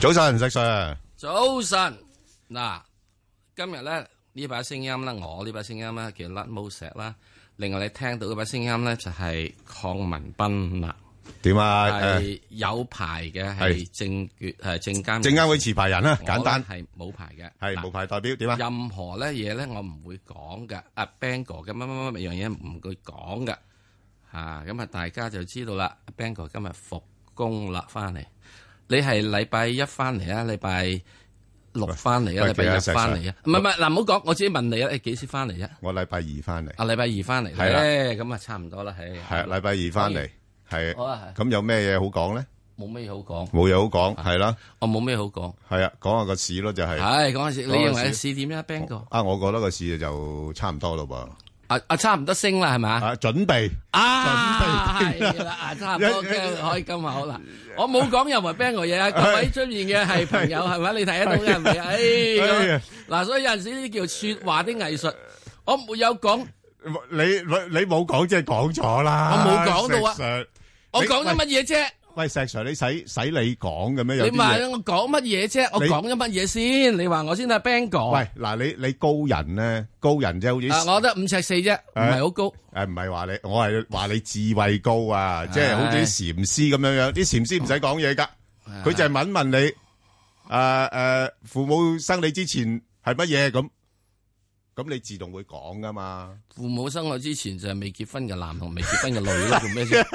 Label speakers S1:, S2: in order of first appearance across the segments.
S1: 早晨，石 Sir，
S2: 早晨，嗱，今日咧呢把聲音咧，我呢把聲音咧叫甩毛石啦。另外你聽到嗰把聲音咧就係邝文斌啦，
S1: 點啊？誒
S2: 係有牌嘅，係證券係證監
S1: 證監會持牌人啦，
S2: 我呢
S1: 簡單
S2: 係冇牌嘅，
S1: 係
S2: 嗱
S1: 無牌代表點啊？
S2: 任何咧嘢咧，我唔會講嘅。阿 Bang 哥嘅乜乜乜乜樣嘢唔會講嘅。啊，咁啊，大家就知道啦。阿 Bang 哥今日復工啦，翻嚟。你係禮拜一翻嚟啊？禮拜六翻嚟啊？
S1: 喂
S2: 禮拜
S1: 喂
S2: 日
S1: 其實
S2: 翻嚟啊？唔係唔係，嗱，唔好講，我自己問你啊，你幾時翻嚟啊？
S1: 我禮拜二翻嚟，
S2: 啊，禮拜二翻嚟
S1: 係啦
S2: 咧，咁啊，差唔多啦，係。
S1: 係禮拜二翻嚟，係
S2: 好啊係
S1: 咁有咩嘢好講咧？
S2: 冇咩好講，
S1: 冇嘢好講，係啦，
S2: 我冇咩好講。
S1: 係啊，講下個市咯，就係
S2: 係嗰陣時，你
S1: 嗰陣時
S2: 認為市點咧，Bang 哥？
S1: 啊，我覺得個市就差唔多咯
S2: 啊啊，差唔多升啦，係咪啊
S1: 噃，？啊，準備
S2: 啊，係啦，啊差唔多
S1: 一
S2: 嘅開金口啦。我冇講任何 b a n 嘢啊，各位出現嘅係朋友係咪？你睇得到嘅係咪啊？哎
S1: 哎
S2: 咁，嗱，所以有陣時呢啲叫説話的藝術，我沒有講，
S1: 你你你冇講即係講咗啦，
S2: 我冇講到啊
S1: 石 Sir
S2: 我講咗乜嘢啫？
S1: 喂，石 Sir，你使使你講嘅咩？有
S2: 你
S1: 啲嘢
S2: 問我講乜嘢啫？我
S1: 你
S2: 講咗乜嘢先？你話我先係 b a n
S1: 喂，嗱，你你高人咧，高人即係好似
S2: 啊，我得五尺四啫，唔係好高。
S1: 誒，唔係話你，我係話你智慧高啊，即係好似啲禪師咁樣樣，啲禪師唔使講嘢噶，佢就係問一問你，誒、誒，父母生你之前係乜嘢咁，咁你自動會講噶嘛？
S2: 父母生我之前就係未結婚嘅男同未結婚嘅女啦，做 咩啫？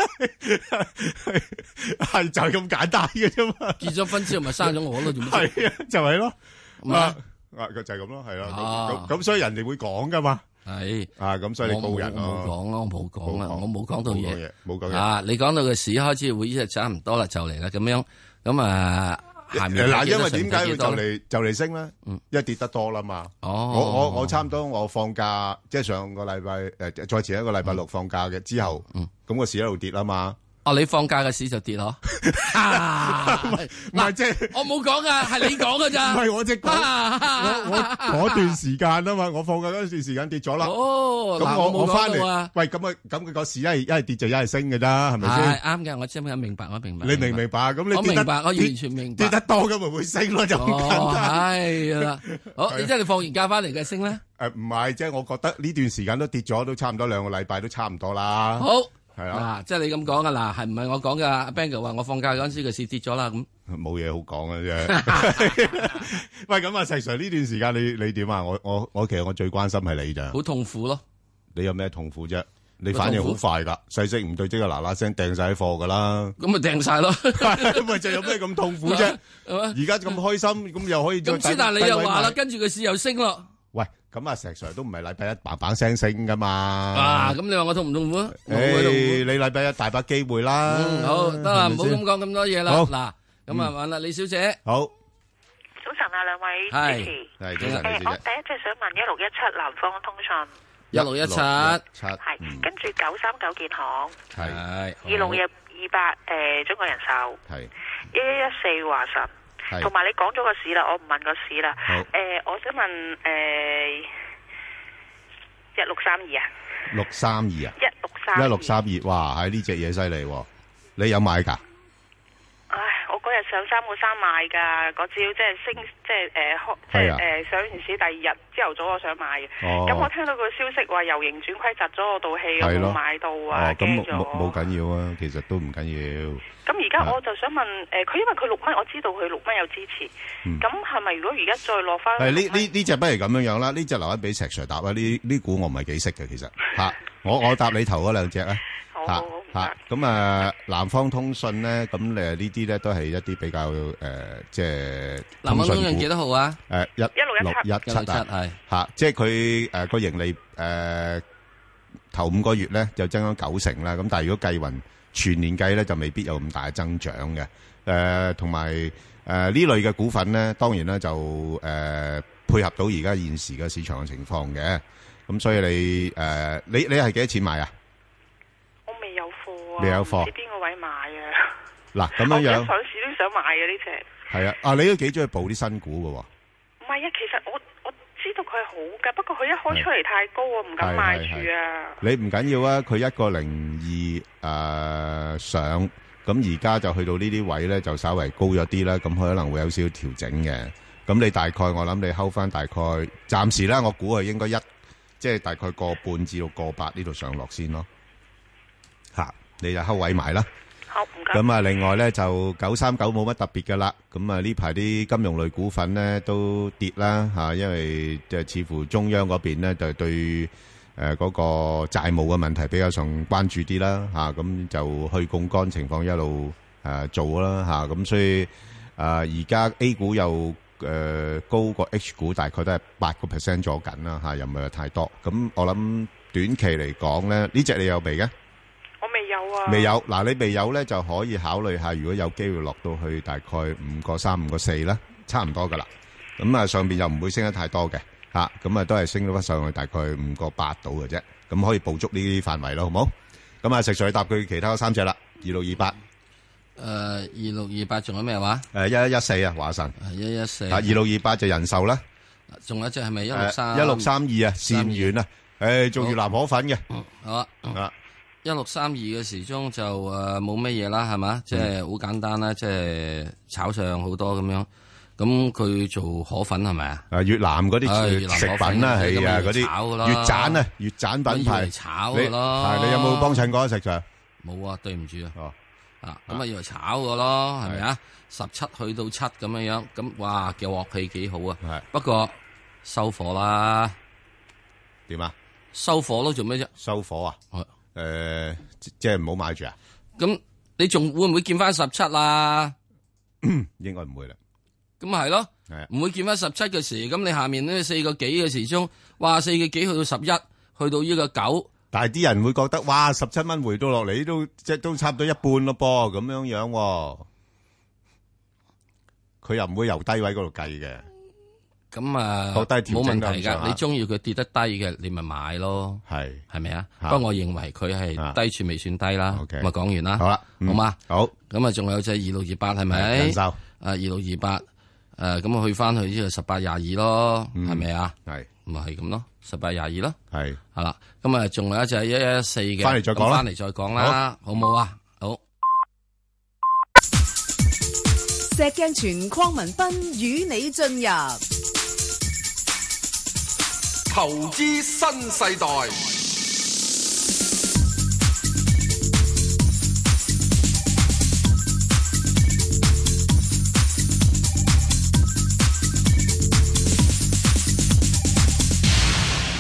S1: 係就係咁簡單嘅 啫嘛，
S2: 結咗婚之後咪生咗我咯，做咩啫？
S1: 係啊，就係咯，
S2: 咪
S1: 啊啊，就係咁咯，係啦
S2: 啊，
S1: 咁咁咁所以人哋會講噶嘛，
S2: 係。
S1: 啊，咁所以你高人咯，
S2: 我冇我冇講啦，我冇講啦，我冇講到
S1: 冇
S2: 嘢。
S1: 冇講嘢。
S2: 啊，你講到個市開始會議就差唔多啦，就嚟啦咁樣。咁啊，下面
S1: 嗱，
S2: 幾
S1: 因
S2: 多
S1: 為
S2: 成
S1: 點解
S2: 幾
S1: 佢就
S2: 多呢？
S1: 嚟就嚟升咧？因為跌得多啦嘛。
S2: 哦，
S1: 我我我差唔多我放假，即係上個禮拜誒，再前一個禮
S2: 嗯
S1: 拜六放假嘅之後，咁個市一路跌啦嘛，
S2: 哦，你放假嘅市就跌 咯。啊
S1: 唔係即係
S2: 我冇講噶，係你講噶
S1: 唔
S2: 咋？
S1: 係我即係
S2: 啊
S1: 講我 我嗰段時間啊嘛，我放假嗰段時間跌咗啦，
S2: 哦，
S1: 咁
S2: 嗱
S1: 我
S2: 我
S1: 我
S2: 冇
S1: 翻
S2: 講到
S1: 嚟
S2: 啊，，
S1: 喂咁啊咁佢個市一係一係跌就一係升嘅咋，係咪
S2: 係
S1: 先？
S2: 啱嘅，我真係明白，我明白。
S1: 你明唔？明白？咁
S2: 我
S1: 你跌得
S2: 明白，我
S1: 跌
S2: 完全明
S1: 跌
S2: 白。
S1: 得多咁咪會升咯，就咁
S2: 哦
S1: 簡，單。
S2: 係啦，好，你即係你放完假翻嚟嘅升咧？
S1: 誒唔係，即係我覺得呢段時間都跌咗，都差唔多兩個禮拜都差唔多啦。
S2: 好，
S1: 係啊，
S2: 嗱，即係你咁講噶嗱，係唔係我講噶？阿 Bang 哥話我放假嗰陣時個市跌咗啦，咁
S1: 冇嘢好講啊，啫。 喂，咁啊，石 Sir 呢段時間你你點啊？我我我其實我最關心係你咋，
S2: 好痛苦咯。
S1: 你有咩痛苦啫？你
S2: 個
S1: 反應好
S2: 痛苦，
S1: 快噶，細息唔對即啊，嗱嗱聲掟晒啲貨噶啦
S2: 咁咪掟晒咯。
S1: 咪就有咩咁痛苦啫？
S2: 係嘛
S1: 而家咁開心，咁又可以再
S2: 咁
S1: 低
S2: 先，但你又話啦，
S1: 低
S2: 跟住個市又升咯。
S1: 位買，喂，咁啊，石 Sir 都唔係禮拜一棒棒聲升噶嘛
S2: 啊，？咁你話我痛唔痛苦啊？我
S1: 誒
S2: 會痛苦。
S1: 你禮拜一大把機會啦。
S2: 嗯，好得啦，
S1: 係咪
S2: 唔好咁
S1: 先
S2: 講咁多嘢
S1: 好
S2: 啦。嗱，咁啊問啦，李小姐，
S1: 好，
S3: 早晨啊，兩位主
S2: 係
S3: 持。
S1: 係早晨，
S3: 誒
S1: 李，小
S3: 我
S1: 姐，嗯
S3: 第一隻想問一六一七南方通訊
S2: 一六一七，
S1: 七
S3: 係，跟住九三九建行，
S1: 係
S2: 係
S3: 二六一二八誒中國人壽，
S1: 係
S3: 一一一四華晨，
S1: 係
S3: 同埋你講咗個市啦，我唔問個市啦。
S1: 好
S3: 誒，我想問誒一六三二啊，
S1: 六三二啊。
S3: 一六三
S1: 一六三。二，哇！喺呢只嘢犀利喎，你有買噶？
S3: 唉，我嗰日上三個三買㗎，嗰朝即係升，即係誒開，即
S1: 係
S3: 係
S1: 啊
S3: 誒上完市第二日朝頭早我想買嘅，
S1: 哦
S3: 咁、我聽到個消息話由盈轉虧窒咗我道氣，我
S1: 係咯
S3: 冇買到啊，嗯
S1: 哦，咁
S3: 驚
S1: 冇
S3: 咗。
S1: 冇冇緊要啊，其實都唔緊
S3: 咁而家
S1: 啊
S3: 我就想問誒，佢、因為佢六蚊，我知道佢六蚊有支持
S1: 嗯，
S3: 咁係咪如果而家再落翻？
S1: 要。係呢呢呢只不如咁樣樣啦，呢只留翻俾石 Sir 答啊。呢呢股我唔係幾識嘅，其實吓，我我答你頭嗰兩隻啊。
S3: 嗯好
S1: 吓
S3: 好好唔
S1: 吓
S3: 該，
S1: 咁啊，南方通訊咧，咁誒呢啲咧都係一啲比較誒，即係
S2: 南方
S1: 通
S2: 中
S1: 訊
S2: 人
S1: 股
S2: 幾多號啊？
S1: 誒一
S3: 一
S1: 六
S2: 一
S1: 一
S2: 六一
S1: 七
S2: 七
S1: 啊。
S2: 係
S1: 吓、即係佢诶个盈利诶、呃头五個月咧就增長九成啦。咁但係如果計匀全年計咧，就未必有咁大嘅增長嘅。诶、同埋呃诶呢類嘅股份咧，當然咧就诶、呃配合到而家現時嘅市場嘅情況嘅。咁所以你诶、呃你你係幾多錢買啊？
S3: 我未有貨啊，
S1: 未有貨
S3: 唔知邊個位買啊？
S1: 嗱，咁
S3: 我
S1: 樣
S3: 想
S1: 樣
S3: 上市都想買嘅呢只。
S1: 係啊，啊你都幾中意報啲新股嘅喎。
S3: 唔係啊，其實我我知道佢好㗎，不過佢一開出嚟太高啊，唔敢
S1: 係
S3: 買
S1: 係
S3: 住啊。
S1: 你唔緊要啊，佢一個零二诶上，咁咁而家就去到呢啲位咧，就稍微高咗啲啦，咁佢可能會有少少調整嘅。咁你大概我諗你睺翻大概，暫時啦，我估佢應該一即係大概個半至到個八呢度上落先咯。吓、你就睺位埋啦。
S3: 好唔該。
S1: 咁啊，另外咧就九三九冇乜特別噶啦。咁啊，呢排啲金融類股份咧都跌啦嚇、因為即係似乎中央嗰邊咧就對誒嗰、個債務嘅問題比較上關注啲啦嚇，咁、就去槓桿情況一路誒、做啦嚇，咁、所以誒而家 A 股又誒、高過 H 股大概都係八個 percent 咗緊啦嚇，又唔係話太多。咁我諗短期嚟講咧，呢只你有未嘅？
S3: 我未有啊，
S1: 未有，嗱你未有咧就可以考慮下，如果有機會落到去大概五個三、五個四啦，差唔多噶啦。咁啊上邊又唔會升得太多嘅，嚇咁啊都係升到翻上去大概五個八到嘅啫。咁可以捕捉呢啲範圍咯，好冇？咁啊食水搭佢其他三隻啦，二六二八，
S2: 誒二六二八仲有咩話？
S1: 誒一一一四啊華晨，啊
S2: 一一四，
S1: 二六二八就人壽啦，
S2: 仲有一隻係咪一六三？
S1: 誒一六三二啊善遠啊，誒做越南河粉嘅
S2: 好啊。
S1: 啊，
S2: 一六三二嘅時鐘就誒冇乜嘢啦，係
S1: 嗯
S2: 嘛？即係好簡單啦，即係炒上好多咁樣。咁佢做河粉係咪啊？
S1: 誒越南嗰
S2: 唉越
S1: 啲
S2: 南
S1: 食
S2: 河粉
S1: 品啦，係啊
S2: 咁
S1: 嗰
S2: 要
S1: 啲
S2: 炒㗎啦
S1: 越盞啊越盞品
S2: 咁要
S1: 牌
S2: 嚟。炒
S1: 你
S2: 嘅咯。
S1: 係你有冇幫襯過啊食上？
S2: 冇啊，對唔住啊。
S1: 哦，
S2: 啊，咁啊要嚟炒嘅咯，係咪啊？十七去到七咁樣樣，咁哇嘅鑊氣幾好啊！
S1: 係
S2: 不過收火啦，
S1: 點啊？
S2: 收火咯，做咩啫？
S1: 收火啊？
S2: 係
S1: 诶，即即係唔好買住啊？
S2: 咁你仲會唔會見翻十七啊？
S1: 應該唔會啦。
S2: 咁咪係咯
S1: 係啊，
S2: 唔會見翻十七嘅時，咁你下面呢四個幾嘅時鐘，哇四個幾去到十一，去到呢個九，
S1: 但係啲人會覺得哇，十七蚊回到落嚟都即係都差唔多一半咯噃，咁樣樣喎。佢又唔會由低位嗰度計嘅，
S2: 咁啊
S1: 覺得係調
S2: 冇
S1: 整
S2: 問
S1: 得咁
S2: 題
S1: 上下
S2: 㗎。你中意佢跌得低嘅，你咪買咯，
S1: 係
S2: 係咪啊？
S1: 啊
S2: 不過我認為佢係低處未算低啦。
S1: OK
S2: 咁啊講完啦，
S1: 好啦，嗯
S2: 好嘛？
S1: 好，
S2: 咁啊仲有隻二六二八係咪
S1: 人？壽
S2: 啊二六二八，誒咁啊去翻去呢個十八廿二咯，
S1: 嗯
S2: 係咪啊？
S1: 係
S2: 咪係咁咯，十八廿二咯。
S1: 係
S2: 系啦，咁啊，仲有一隻一一四嘅，
S1: 返嚟再講啦
S2: 翻嚟再講啦，好唔好啊？好，
S4: 石鏡泉邝文斌與你進入
S5: 投資新世代，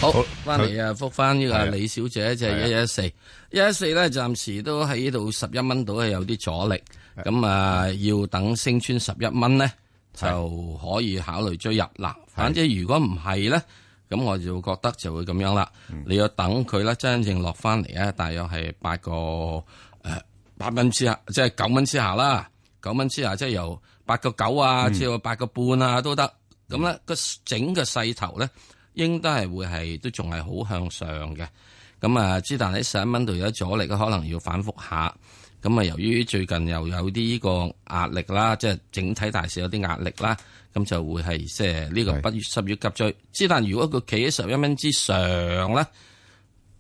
S2: 好
S1: 好，
S2: 翻嚟啊，复翻呢
S1: 係啊
S2: 個李小姐就
S1: 係啊
S2: 係一一四，一一四咧，暫時都喺呢度十一蚊度係有啲阻力，咁啊，要等升穿十一蚊咧，就可以考慮追入啦。反正如果唔係咧，咁我就覺得就會咁樣啦。
S1: 嗯
S2: 你要等佢咧真正落翻嚟咧，大約係八個诶八蚊之下，即係九蚊之下啦，九蚊之下即係由八個九
S1: 嗯
S2: 啊，至到八個半啊都得。咁咧個整個勢頭咧，應該係會係都仲係好向上嘅。咁啊，之但喺十一蚊度有阻力，可能要反覆下。咁啊，由於最近又有啲呢個壓力啦，即係整體大市有啲壓力啦，咁就會係即係呢個不十月急追。之但如果佢企喺十一蚊之上咧，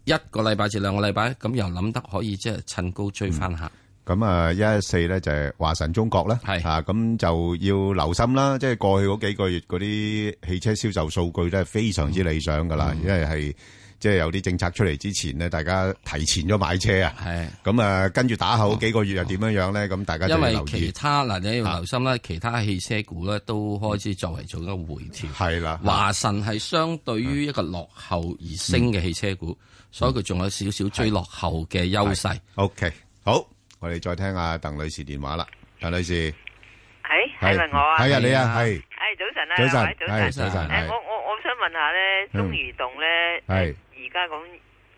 S2: 一個禮拜至兩個禮拜，咁又諗得可以即係趁高追翻下。
S1: 咁啊，一一四咧就係華晨中國啦，
S2: 係
S1: 啊，咁就要留心啦。即係過去嗰幾個月嗰啲汽車銷售數據都係非常之理想噶啦，因為係即係有啲政策出嚟之前咧，大家提前咗買車啊，
S2: 係、
S1: 咁啊跟住打後嗰幾個月又點樣樣咧？咁大家就
S2: 因
S1: 要
S2: 為
S1: 留
S2: 其
S1: 意
S2: 他嗱，你要留心啦，其他汽車股咧都開始作為做一個回調。
S1: 係啦，
S2: 華晨係相對於一個落後而升嘅汽車股，所以佢仲有少少追落後嘅優勢。
S1: OK 好，我哋再聽下鄧女士電話啦，鄧女士
S6: 系系
S1: 係
S6: 咪我啊？
S1: 係啊，你啊，
S2: 係
S1: 係
S6: 系早晨啊，
S1: 早
S6: 兩
S1: 晨
S6: 位，早
S1: 係
S6: 晨。
S1: 早晨，
S6: 诶，
S1: 係
S6: 我我我想問下咧，
S1: 嗯
S6: 中移動咧，
S1: 係
S6: 誒而家咁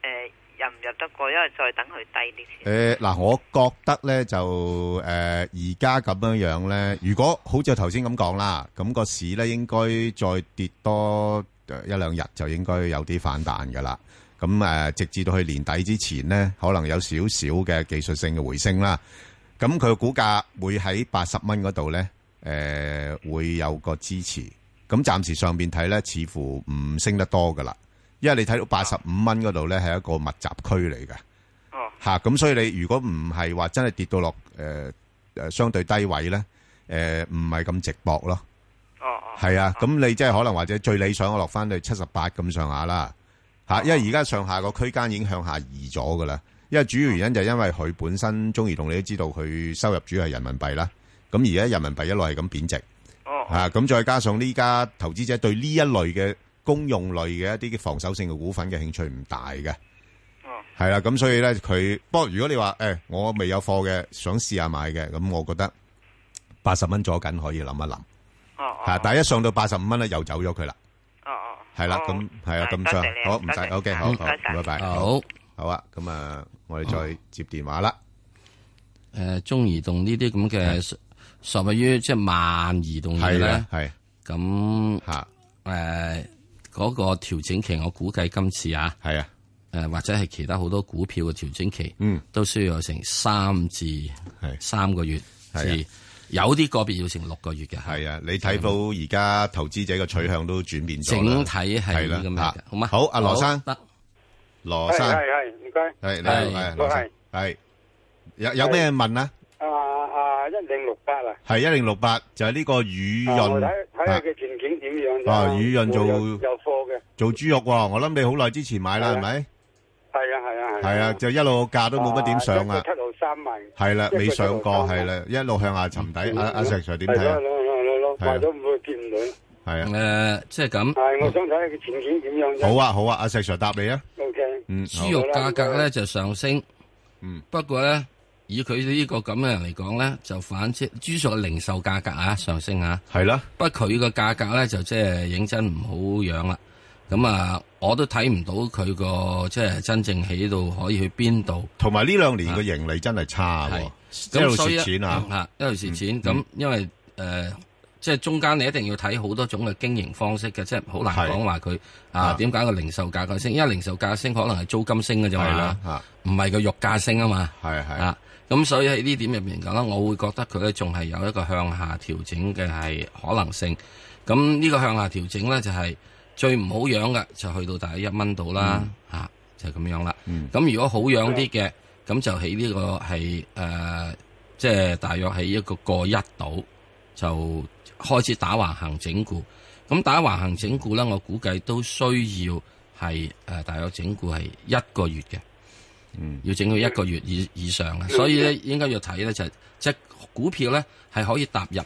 S6: 诶入唔入得過？因為再等佢低啲先。
S1: 诶，嗱、我覺得咧就诶，而家咁樣樣咧，如果好似我頭先咁講啦，咁、個市咧應該再跌多呃一兩日就應該有啲反彈噶啦。咁誒、呃直至到去年底之前咧，可能有少少嘅技術性嘅回升啦。咁佢嘅股價會喺八十蚊嗰度咧，誒、會有個支持。咁暫時上邊睇咧，似乎唔升得多噶啦，因為你睇到八十五蚊嗰度咧係一個密集區嚟嘅。
S6: 哦，
S1: 吓，咁所以你如果唔係話真係跌到落誒誒相對低位咧，誒唔係咁直搏咯。
S6: 哦哦，
S1: 係啊，咁你即係可能或者最理想我落翻去七十八咁上下啦，
S6: 哦
S1: 吓，因為而家上下個區間已經向下移咗噶啦。因為主要原因就係因為佢本身中移動你都知道佢收入主要係人民幣啦，咁而家人民幣一路係咁貶值，
S6: 哦哦
S1: 啊，咁再加上呢家投資者對呢一類嘅公用類嘅一啲防守性嘅股份嘅興趣唔大嘅。
S6: 哦
S1: 系啦，咁所以咧，佢不過如果你話诶、誒我未有貨嘅，想試下買嘅，咁我覺得八十蚊左緊可以諗一諗，
S6: 哦哦，
S1: 吓、但係一上到八十五蚊咧，又走咗佢啦，
S6: 哦哦，
S1: 係啦，
S6: 哦
S1: 咁係啊，
S6: 係
S1: 咁
S6: 多謝
S1: 上
S6: 你啊
S1: 好唔
S6: 多謝
S1: 使，OK，
S6: 啊
S1: 好好，
S6: 多謝
S1: 拜拜，
S2: 好
S1: 好啊，咁啊，我哋再接電話啦，
S2: 誒中移動呢啲咁嘅屬於即係慢移動嘅
S1: 係啦
S2: 咧，，
S1: 係
S2: 咁
S1: 吓，
S2: 誒嗰個調整期，我估計今次啊，
S1: 係啊，
S2: 誒或者係其他好多股票嘅調整期，
S1: 嗯，
S2: 都需要有成三至
S1: 係
S2: 三個月
S1: 係啊
S2: 至，有啲個別要成六個月嘅，
S1: 係啊，你睇到而家投資者嘅取向都轉變咗
S2: 整
S1: 啦
S2: 體係
S1: 係啦
S2: 咁樣
S1: 嚇
S2: 嘅，好嘛？
S1: 好阿羅生
S2: 得
S1: 羅
S7: 係
S1: 哦生
S7: 係係，唔該。
S1: 係你
S2: 係
S1: 好係羅生係有有咩問啊？
S7: 啊啊，一零六八啊，
S1: 係106就係呢個雨
S7: 啊我
S1: 潤
S7: 睇睇
S1: 啊
S7: 下佢前景點樣啫。
S1: 啊雨潤做
S7: 我有有貨嘅，
S1: 做豬肉喎，我諗你好耐之前買啦，
S7: 係啊
S1: 係咪？
S7: 係啊係啊係。
S1: 係啊，就一路個價都冇乜點上啊
S7: 七，六三萬。
S1: 係啦，
S7: 一個
S1: 未上過，
S7: 七
S1: 係
S7: 六三
S1: 啦，一路向下沉底。阿阿石 Sir 點
S7: 係
S1: 睇
S7: 咯，
S1: 啊？
S7: 攞攞
S1: 係
S7: 攞攞，
S1: 啊
S7: 買咗唔會見唔到。
S1: 係啊，
S2: 誒，即係咁。
S7: 係，我想睇下佢前景點樣啫。
S1: 嗯好啊，好啊，阿石 Sir 答你啊，
S7: O K。
S1: 嗯，好
S2: 豬肉價格咧就上升，
S1: 嗯，
S2: 不過咧以佢呢個咁嘅人嚟講咧，就反之豬肉嘅零售價格啊上升啊，
S1: 係啦，
S2: 不過佢個價格咧就即係認真唔好樣啦。咁啊，我都睇唔到佢個即係真正喺度可以去邊度，
S1: 同埋呢兩年嘅盈利真係差喎，一路
S2: 咁所以
S1: 蝕錢啊，
S2: 啊，一路蝕錢。咁因為誒，即係中間你一定要睇好多種嘅經營方式嘅，即係好難
S1: 係
S2: 講話佢
S1: 啊
S2: 啊點解個零售價格升，因為零售價升可能係租金升嘅啫
S1: 係啦
S2: 嘛，，
S1: 嚇，
S2: 唔係個肉價升啊嘛。
S1: 係係
S2: 啊，咁所以喺呢點入面講啦，我會覺得佢咧仲係有一個向下調整嘅係可能性。咁呢個向下調整咧就係、最唔好樣嘅，就去到大約一蚊度啦，嚇、就咁樣啦。
S1: 嗯
S2: 咁、如果好樣啲嘅，咁就喺呢個係誒，即、係、大約喺一個過一度就開始打橫行整固。咁打橫行整固咧，我估計都需要係誒、大約整固係一個月嘅。
S1: 嗯
S2: 要整到一個月以以上啊嘅，所以咧應該要睇咧就係只股票咧係可以踏入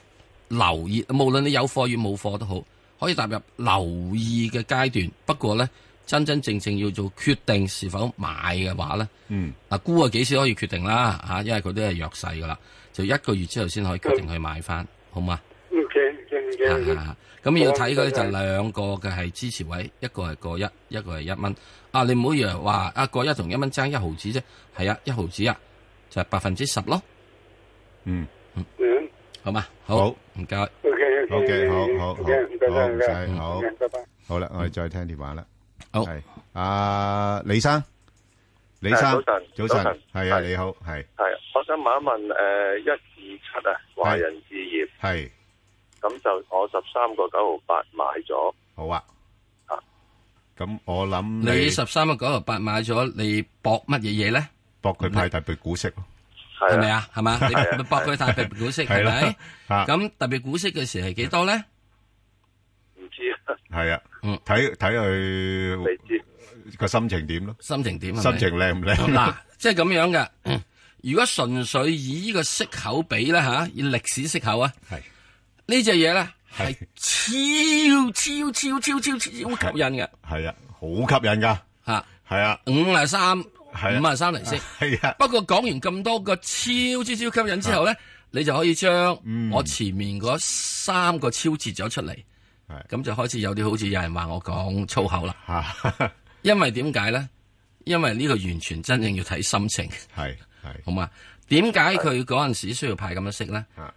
S2: 留意，無論你有貨與冇貨都好，可以踏入留意嘅階段。不過咧，真真正正要做決定是否買嘅話咧，
S1: 嗯，
S2: 啊估啊幾時可以決定啦嚇，因為佢都係弱勢噶啦，就一個月之後先可以決定去買翻，好嘛？
S7: O K O K O
S2: 啊
S7: K。
S2: 啊咁要睇嗰啲
S7: 好
S2: 就
S7: 唔該
S2: 兩個嘅係支持位，一個係個一，一個係一蚊。啊，你唔好以為話啊個一同一蚊爭一毫子啫，係啊一毫子啊，就係百分之十咯，
S1: 嗯
S7: 嗯
S2: 好嘛？
S1: 好
S2: 好，唔該。
S7: ，O K O
S1: OK，
S7: K
S1: 好好好
S7: O K，唔該
S1: 好
S7: 晒，
S1: 唔
S7: 唔
S1: 使
S7: 該，
S1: 好
S7: 唔該拜拜。
S1: 好啦，我哋再聽電話啦，
S2: 好
S1: 係阿李生，李生，
S8: 早晨
S1: 早晨
S8: 早晨，
S1: 係啊，
S8: 係
S1: 你好，係
S8: 系，我想問一問诶，一二七啊，華人置業，
S1: 係
S8: 咁就我十三個九毫八買咗，
S1: 好啊
S8: 啊，
S1: 咁我諗
S2: 你十三個九十八買咗，你搏乜嘢嘢咧？
S1: 搏佢派特別股息咯，
S8: 係
S2: 係咪
S8: 啊，
S2: 啊？係嘛？你
S8: 係啊
S2: 咪搏佢大特別股息
S1: 係
S2: 係
S1: 啦
S2: 咪？
S1: 啊
S2: 咁特別股息嘅時係幾多咧？
S8: 唔知啊，
S1: 係啊，
S2: 嗯
S1: 睇睇
S8: 未知，
S1: 佢個心情點咯，
S2: 心情點？係咪
S1: 心情靚唔靚
S2: 嗱，即係咁樣嘅。 如果純粹以呢個息口比咧吓，以歷史息口啊。
S1: 係
S2: 呢只嘢咧
S1: 係
S2: 係超超超超超超吸引嘅
S1: 係啊，好吸引噶，
S2: 吓，
S1: 係啊
S2: 五啊三，
S1: 係啊
S2: 五啊三厘息。
S1: 係啊，
S2: 不過講完咁多個超超超吸引之後咧，你就可以將
S1: 嗯
S2: 我前面嗰三個超截咗出嚟
S1: 係，
S2: 咁就開始有啲好似有人話我講粗口啦。
S1: 嚇
S2: 因為點解咧？因為呢個完全真正要睇心情，
S1: 係係
S2: 好嘛？點解佢嗰陣時需要派咁樣息咧？
S1: 啊，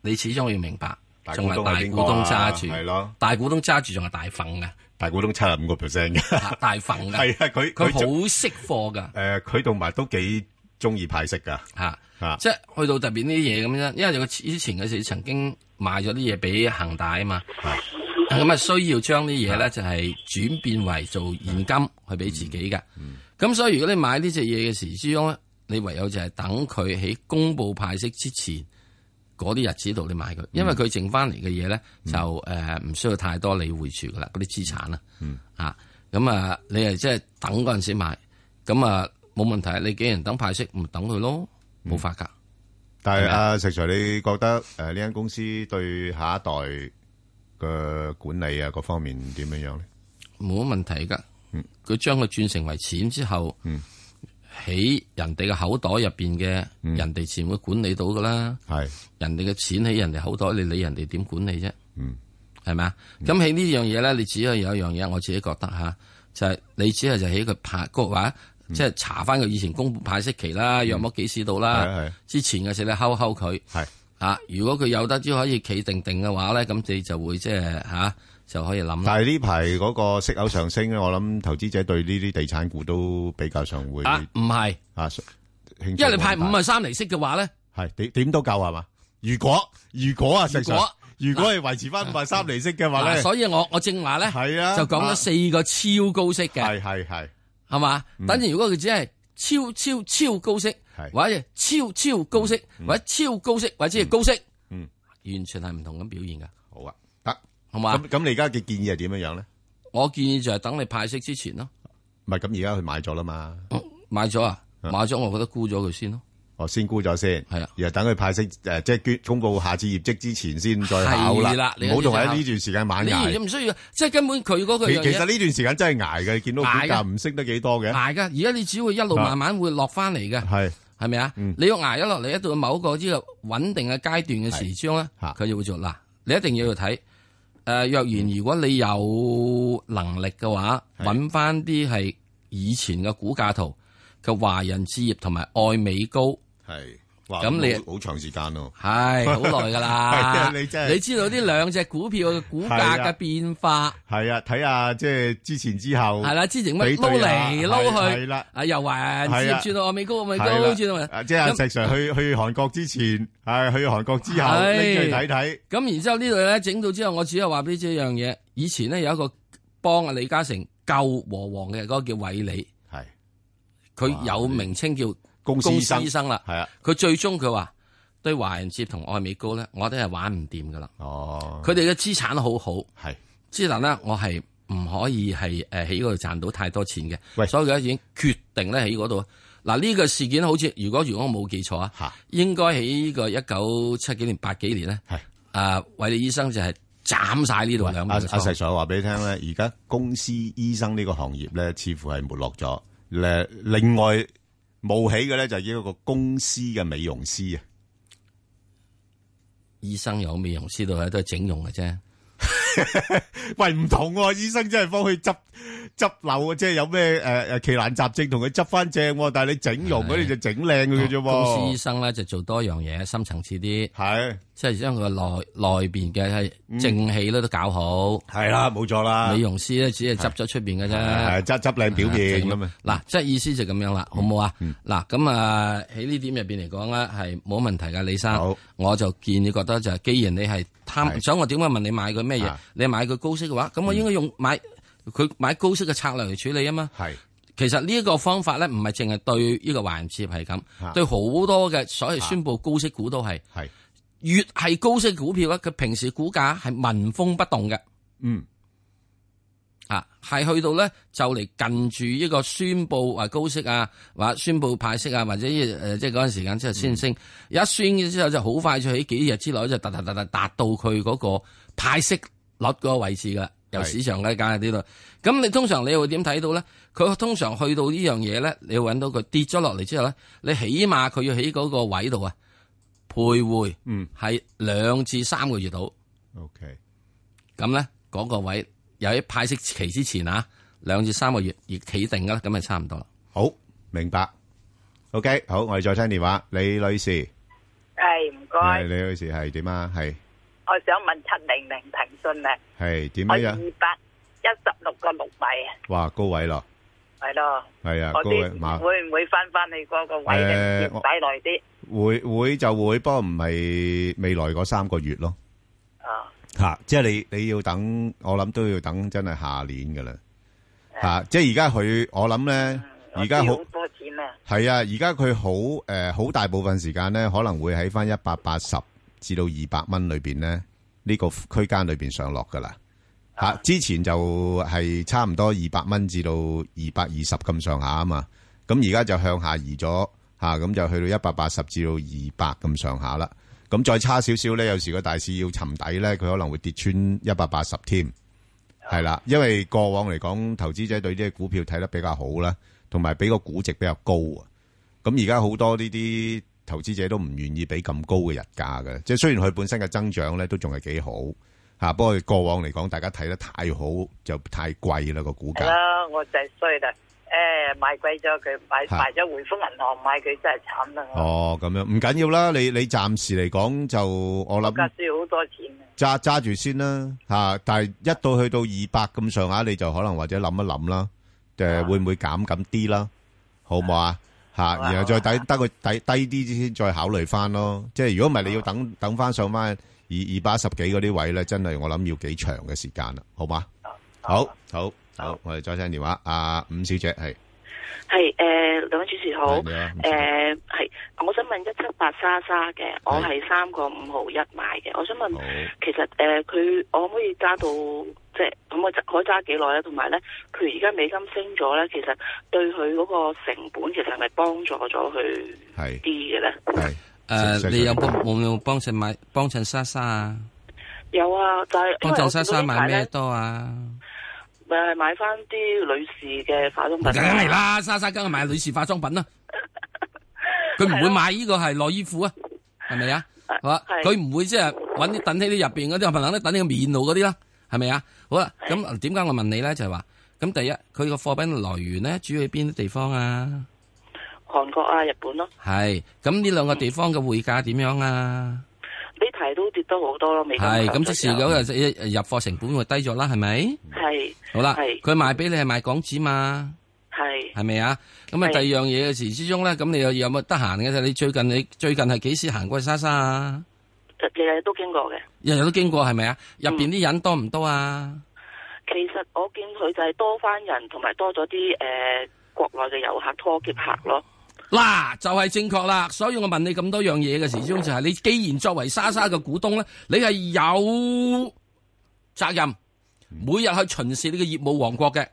S2: 你始終要明白，
S1: 大
S2: 仲
S1: 股
S2: 係
S1: 東係
S2: 大
S1: 邊
S2: 股
S1: 個啊
S2: 東揸住，
S1: 係咯
S2: 大股東揸住仲係大份嘅。
S1: 大股東七十五個 percent 嘅，
S2: 大大份 噶，
S1: 係啊，佢
S2: 佢
S1: 仲
S2: 好識貨 噶
S1: 誒，佢同埋都幾中意派息噶，
S2: 嚇，
S1: 啊
S2: 即係去到特別呢啲嘢咁樣，因為佢之前嘅時曾經賣咗啲嘢俾恒大啊嘛，咁啊需要將啲嘢咧就係轉變為做現金去俾自己噶。咁所以如果你買呢只嘢嘅時之中咧，你唯有就係等佢喺公布派息之前嗰啲日子度你買佢，因為佢剩翻嚟嘅嘢咧就呃誒唔、需要太多理會住噶啦，嗰啲資產啊，
S1: 嗯
S2: 啊咁啊，你係即係等嗰陣時買，咁啊冇問題，你既然等派息，咪等佢咯，冇法㗎。
S1: 但係，
S2: 係咪啊？
S1: 阿石Sir，你覺得，誒，呢間公司對下一代嘅管理啊，各方面點樣樣呢？
S2: 冇乜問題噶
S1: 嗯。
S2: 佢將佢轉成為錢之後
S1: 嗯，
S2: 喺人哋嘅口袋入邊嘅
S1: 嗯
S2: 人哋錢會管理到噶啦。人哋嘅錢喺人哋口袋，你理人哋點管理啫？
S1: 嗯
S2: 係咪啊？咁喺呢樣嘢咧，你只係有一樣嘢，我自己覺得吓，就係、你只係就喺佢派嗰話，
S1: 嗯
S2: 即係查翻佢以前公佈派息期啦，約莫幾時到
S1: 係啊，
S2: 啦，
S1: 係啊，係。
S2: 之前嘅時你睺睺佢。啊，如果佢有得只可以企定定嘅話咧，咁你就會即係吓就可以諗啦。
S1: 但係呢排嗰個息口上升咧，我諗投資者對呢啲地產股都比較上會，
S2: 啊，唔係。
S1: 啊，興趣
S2: 因為你派五
S1: 冇咁大。
S2: 啊三厘息嘅話咧，
S1: 啊係，點-點都夠係嘛？如果-如果啊，石Sir，
S2: 如果-
S1: 如果係維持返5.3厘息嘅話咧，
S2: 嗱所以我我正話咧，
S1: 係啊，
S2: 就講咗四個超高息嘅，
S1: 啊，係，係，係，
S2: 係嘛？等住如果佢只係超超超高息
S1: 係，
S2: 或者超超高息，或者超高息，或者係高息，
S1: 嗯
S2: 完全係唔同咁表現噶，
S1: 好啊，得。
S2: 好嘛？
S1: 咁-咁你而家嘅建議係點樣樣咧？唔係，咁而家佢買咗啦嘛。
S2: 我建議就係等你派息之前咯，買咗啊，
S1: 嗯
S2: 買咗我覺得沽咗佢先咯，
S1: 哦，先沽咗先，
S2: 係啊
S1: 然後等佢派息誒，即係捐公佈下次業績之前先再考
S2: 係啦
S1: 啦，
S2: 你
S1: 唔好同
S2: 呢
S1: 喺
S2: 段
S1: 啊呢段時間猛
S2: 你而家
S1: 捱。
S2: 唔需要，即係根本佢嗰 個
S1: 其
S2: 樣
S1: 其實呢
S2: 嘢
S1: 段時間真係捱嘅，你見到股
S2: 捱
S1: 價
S2: 嘅
S1: 唔升得幾多嘅，
S2: 捱噶，啊而家你只會一
S1: 啊
S2: 路慢慢會落翻嚟嘅。
S1: 係
S2: 系咪啊？
S1: 嗯
S2: 你要挨咗落嚟一到某一個呢個穩定嘅階段嘅時鐘咧，
S1: 係
S2: 佢就會做嗱。你一定要去睇誒、呃若然如果你有能力嘅話，
S1: 係
S2: 揾翻啲係以前嘅股價圖嘅華人置業同埋愛美高，
S1: 係。哇
S2: 咁你
S1: 好好長時間喎，
S2: 係好耐㗎
S1: 係
S2: 啦
S1: 啊。你真係
S2: 你知道呢兩隻股票嘅股價
S1: 係啊
S2: 嘅變化
S1: 係啊，睇下即係之前之後
S2: 係啦，之前乜
S1: 比對
S2: 撈
S1: 下
S2: 嚟
S1: 係
S2: 撈去
S1: 係啦，
S2: 啊由華人置
S1: 係
S2: 業
S1: 啊
S2: 轉到愛美高，愛美
S1: 係啦
S2: 高轉到
S1: 啊即係阿
S2: 咁
S1: 石 Sir 去去韓國之前，係去韓國之後
S2: 係
S1: 拎出去睇睇，
S2: 咁然之後呢度咧整到之後，我只係話俾你知一樣嘢。以前呢，有一個幫阿李嘉誠救和王嘅嗰、個叫韋理，
S1: 係
S2: 佢有名稱叫
S1: 公司
S2: 公
S1: 醫
S2: 司
S1: 生
S2: 醫生啦。
S1: 係啊，
S2: 佢最終佢話對華人接同愛美高咧，我都係玩唔掂噶啦。
S1: 哦，
S2: 佢哋嘅資產好好，
S1: 係
S2: 之但呢，我係唔可以係誒喺嗰度賺到太多錢
S1: 喂
S2: 嘅，所以佢已經決定咧喺嗰度。嗱呢個事件好似如果如果我冇記錯啊，
S1: 嚇
S2: 應該喺呢個一九七幾年八幾年咧。
S1: 係。
S2: 啊，韋利醫生就係斬晒呢度
S1: 喂
S2: 兩
S1: 阿
S2: 個
S1: 阿石
S2: 倉。
S1: Sir 話俾你聽咧，而家公司醫生呢個行業咧，似乎係沒落咗。咧另外冒起嘅咧就係一個公司嘅美容師啊，
S2: 醫生有美容師度咧都係整容嘅啫，
S1: 喂唔同喎，醫生真係幫佢執執瘤啊，即係有咩誒誒奇難雜症同佢執翻正喎，但係你整容嗰啲
S2: 係
S1: 就整靚佢嘅啫
S2: 公司醫
S1: 喎，
S2: 生咧就做多樣嘢，深層次啲，
S1: 係
S2: 即係將佢內內邊嘅
S1: 嗯
S2: 係正氣咧都搞好。
S1: 係啦，冇錯啦
S2: 美，容師咧只係執咗出邊嘅
S1: 啊係
S2: 啫。
S1: 執執靚表面咁啊，
S2: 嗱，即係意思就咁樣啦，好唔好啊？嗱，咁啊喺呢點入邊嚟講咧，係冇問題噶，李生
S1: 好。
S2: 我就建議覺得就係，既然你係貪，
S1: 係
S2: 想我點解問你買佢咩嘢
S1: 啊？
S2: 你買佢高息嘅話，咁我應該用買佢買高息嘅策略嚟處理啊嘛。
S1: 係
S2: 其實呢一個方法咧，唔係淨係對呢個華人置業係
S1: 啊
S2: 咁，對好多嘅所謂宣佈高息股都係，
S1: 係
S2: 越係高息股票咧，佢平時股價係紋風不動嘅，
S1: 嗯
S2: 啊，係去到咧就嚟近住呢個宣佈話高息啊，或者宣佈派息啊，或者誒即係嗰陣時間之後先升，
S1: 嗯
S2: 一宣嘅之後就好快就喺幾日之內就突突突突達到佢嗰個派息率嗰個位置噶啦，由
S1: 係
S2: 市場嘅價呢度。咁你通常你會點睇到咧？佢通常去到呢樣嘢咧，你會揾到佢跌咗落嚟之後咧，你起碼佢要喺嗰個位度啊徘徊，
S1: 嗯
S2: 係兩至三個月度。
S1: ，OK，
S2: 咁咧嗰個位又喺派息期之前啊，兩至三個月而企定噶啦，咁咪差唔多啦。
S1: 好明白，OK，好，我哋再聽電話，李女士，
S6: 系唔该，
S1: 李女士係點啊？係。
S6: 我想问七零零腾讯
S9: à?
S6: 啊，我
S1: 係，點樣？
S6: 二百一十六个六米啊，
S9: à?
S1: 哇，高位咯，係啊，
S6: 系咯，我
S1: 高位，
S6: 啲
S1: 麻-
S6: 会唔会翻翻去嗰个位咧？
S1: 誒
S6: 要擺耐啲
S1: 會-會就會，不過唔係未來嗰三個月咯。嚇，即係你-
S9: Ờ,
S6: 啊，
S1: 你要等-我諗都要等真係下年㗎啦。嚇，即係而家佢-我諗呢，
S6: 我
S9: 嗯
S1: 而家好-
S9: à.
S6: 知好多钱啊，
S1: 系啊，而家佢好诶，好、大部分時間咧，可能會喺翻一百八十至到二百蚊裏边咧，呢、個區間裏边上落噶啦。吓、之前就係差唔多二百蚊至到二百二十咁上下啊嘛。咁而家就向下移咗吓，咁、就去到一百八十至到二百咁上下啦。咁再差少少咧，有時個大市要沉底咧，佢可能會跌穿一百八十添。係啦，因為過往嚟講，投資者對呢啲股票睇得比較好啦，同埋俾個估值比較高啊。咁而家好多呢啲投資者都唔願意俾咁高嘅日價嘅，即係雖然佢本身嘅增長咧都仲係幾好嚇、不過過往嚟講，大家睇得太好就太貴啦個股
S6: 係
S1: 價。
S6: 啦，我就係衰啦。诶、買貴咗佢，買
S1: 嚇
S6: 買咗匯豐銀行，買佢真係慘啦。我
S1: 哦，咁樣唔緊要啦，你你暫時嚟講就我諗
S6: 家輸好多錢啊！
S9: à.
S1: 揸揸住先啦嚇、但係一到去到二百咁上下，你就可能或者諗一諗啦，誒、會唔會減咁啲啦？好唔好啊？吓，
S6: 啊好啊
S1: 然後再等得佢低低啲先，再考慮翻咯。即係如果唔
S6: 啊
S1: 係，你要等等翻上翻二二百十幾嗰啲位咧，真係我諗要幾長嘅時間啦，好嘛？
S6: 啊
S1: 好，好，好，我哋再聽電話。阿伍小姐係，
S3: 系诶，两位主持好
S1: 係你啊，
S3: 诶系，我想問一七八莎莎嘅，我
S1: 係
S3: 係三個五毫一買嘅，我想問
S1: 好，
S3: 其實诶佢、我可唔可以揸到即係可唔可以揸可以揸幾耐咧？同埋咧，佢而家美金升咗咧，其實對佢嗰個成本其實係咪幫助咗佢
S1: 係
S3: 啲嘅咧？
S6: 嗯
S1: 係
S2: 诶，
S1: 石 Sir，
S2: 你有冇冇冇幫襯買幫襯莎莎啊？
S3: 有啊，就係因
S2: 幫
S3: 為
S2: 襯
S3: 我
S2: 莎
S3: 見
S2: 莎
S3: 到呢
S2: 買
S3: 排
S2: 咩
S3: 咧，
S2: 多啊？
S3: 咪係買翻啲女士嘅化妝品。啊
S2: 梗係，啦，莎莎梗係買女士化妝品啦， 佢唔會買呢個係內衣褲啊，係咪啊？好啊，
S3: 係
S2: 佢唔會即係揾啲等喺啲入边嗰啲，可能咧等喺個面度嗰啲啦，係咪啊？好啦，咁點解我問你咧？就係話，咁第一，佢個貨品來源咧，主要喺邊啲地方啊？
S3: 韓國啊、日本咯，
S2: 係，咁呢兩個地方嘅匯價點樣啊？
S3: 呢排都跌得好多咯，美金
S2: 係，咁即是
S3: 時
S2: 有日入貨成本會低咗啦，係咪？
S3: 係
S2: 好啦
S3: 係，
S2: 佢賣俾你係賣港紙嘛？
S3: 係
S2: 系咪啊？咁啊，
S3: 係
S2: 第二樣嘢嘅時之中咧，咁你又有冇得閒嘅啫？你最近你最近係幾時行過去莎莎啊？
S3: 日日都經過嘅。
S2: 日日都經過係咪啊？入邊啲人多唔多啊？
S3: 其實我見佢就係多翻人，同埋多咗啲誒國內嘅遊客拖劫客咯。
S2: 嗱，就係正確啦。所以我問你咁多樣嘢嘅時之中，就係你既然作為莎莎嘅股東咧，你係有責任每日去巡視呢個業務王國嘅，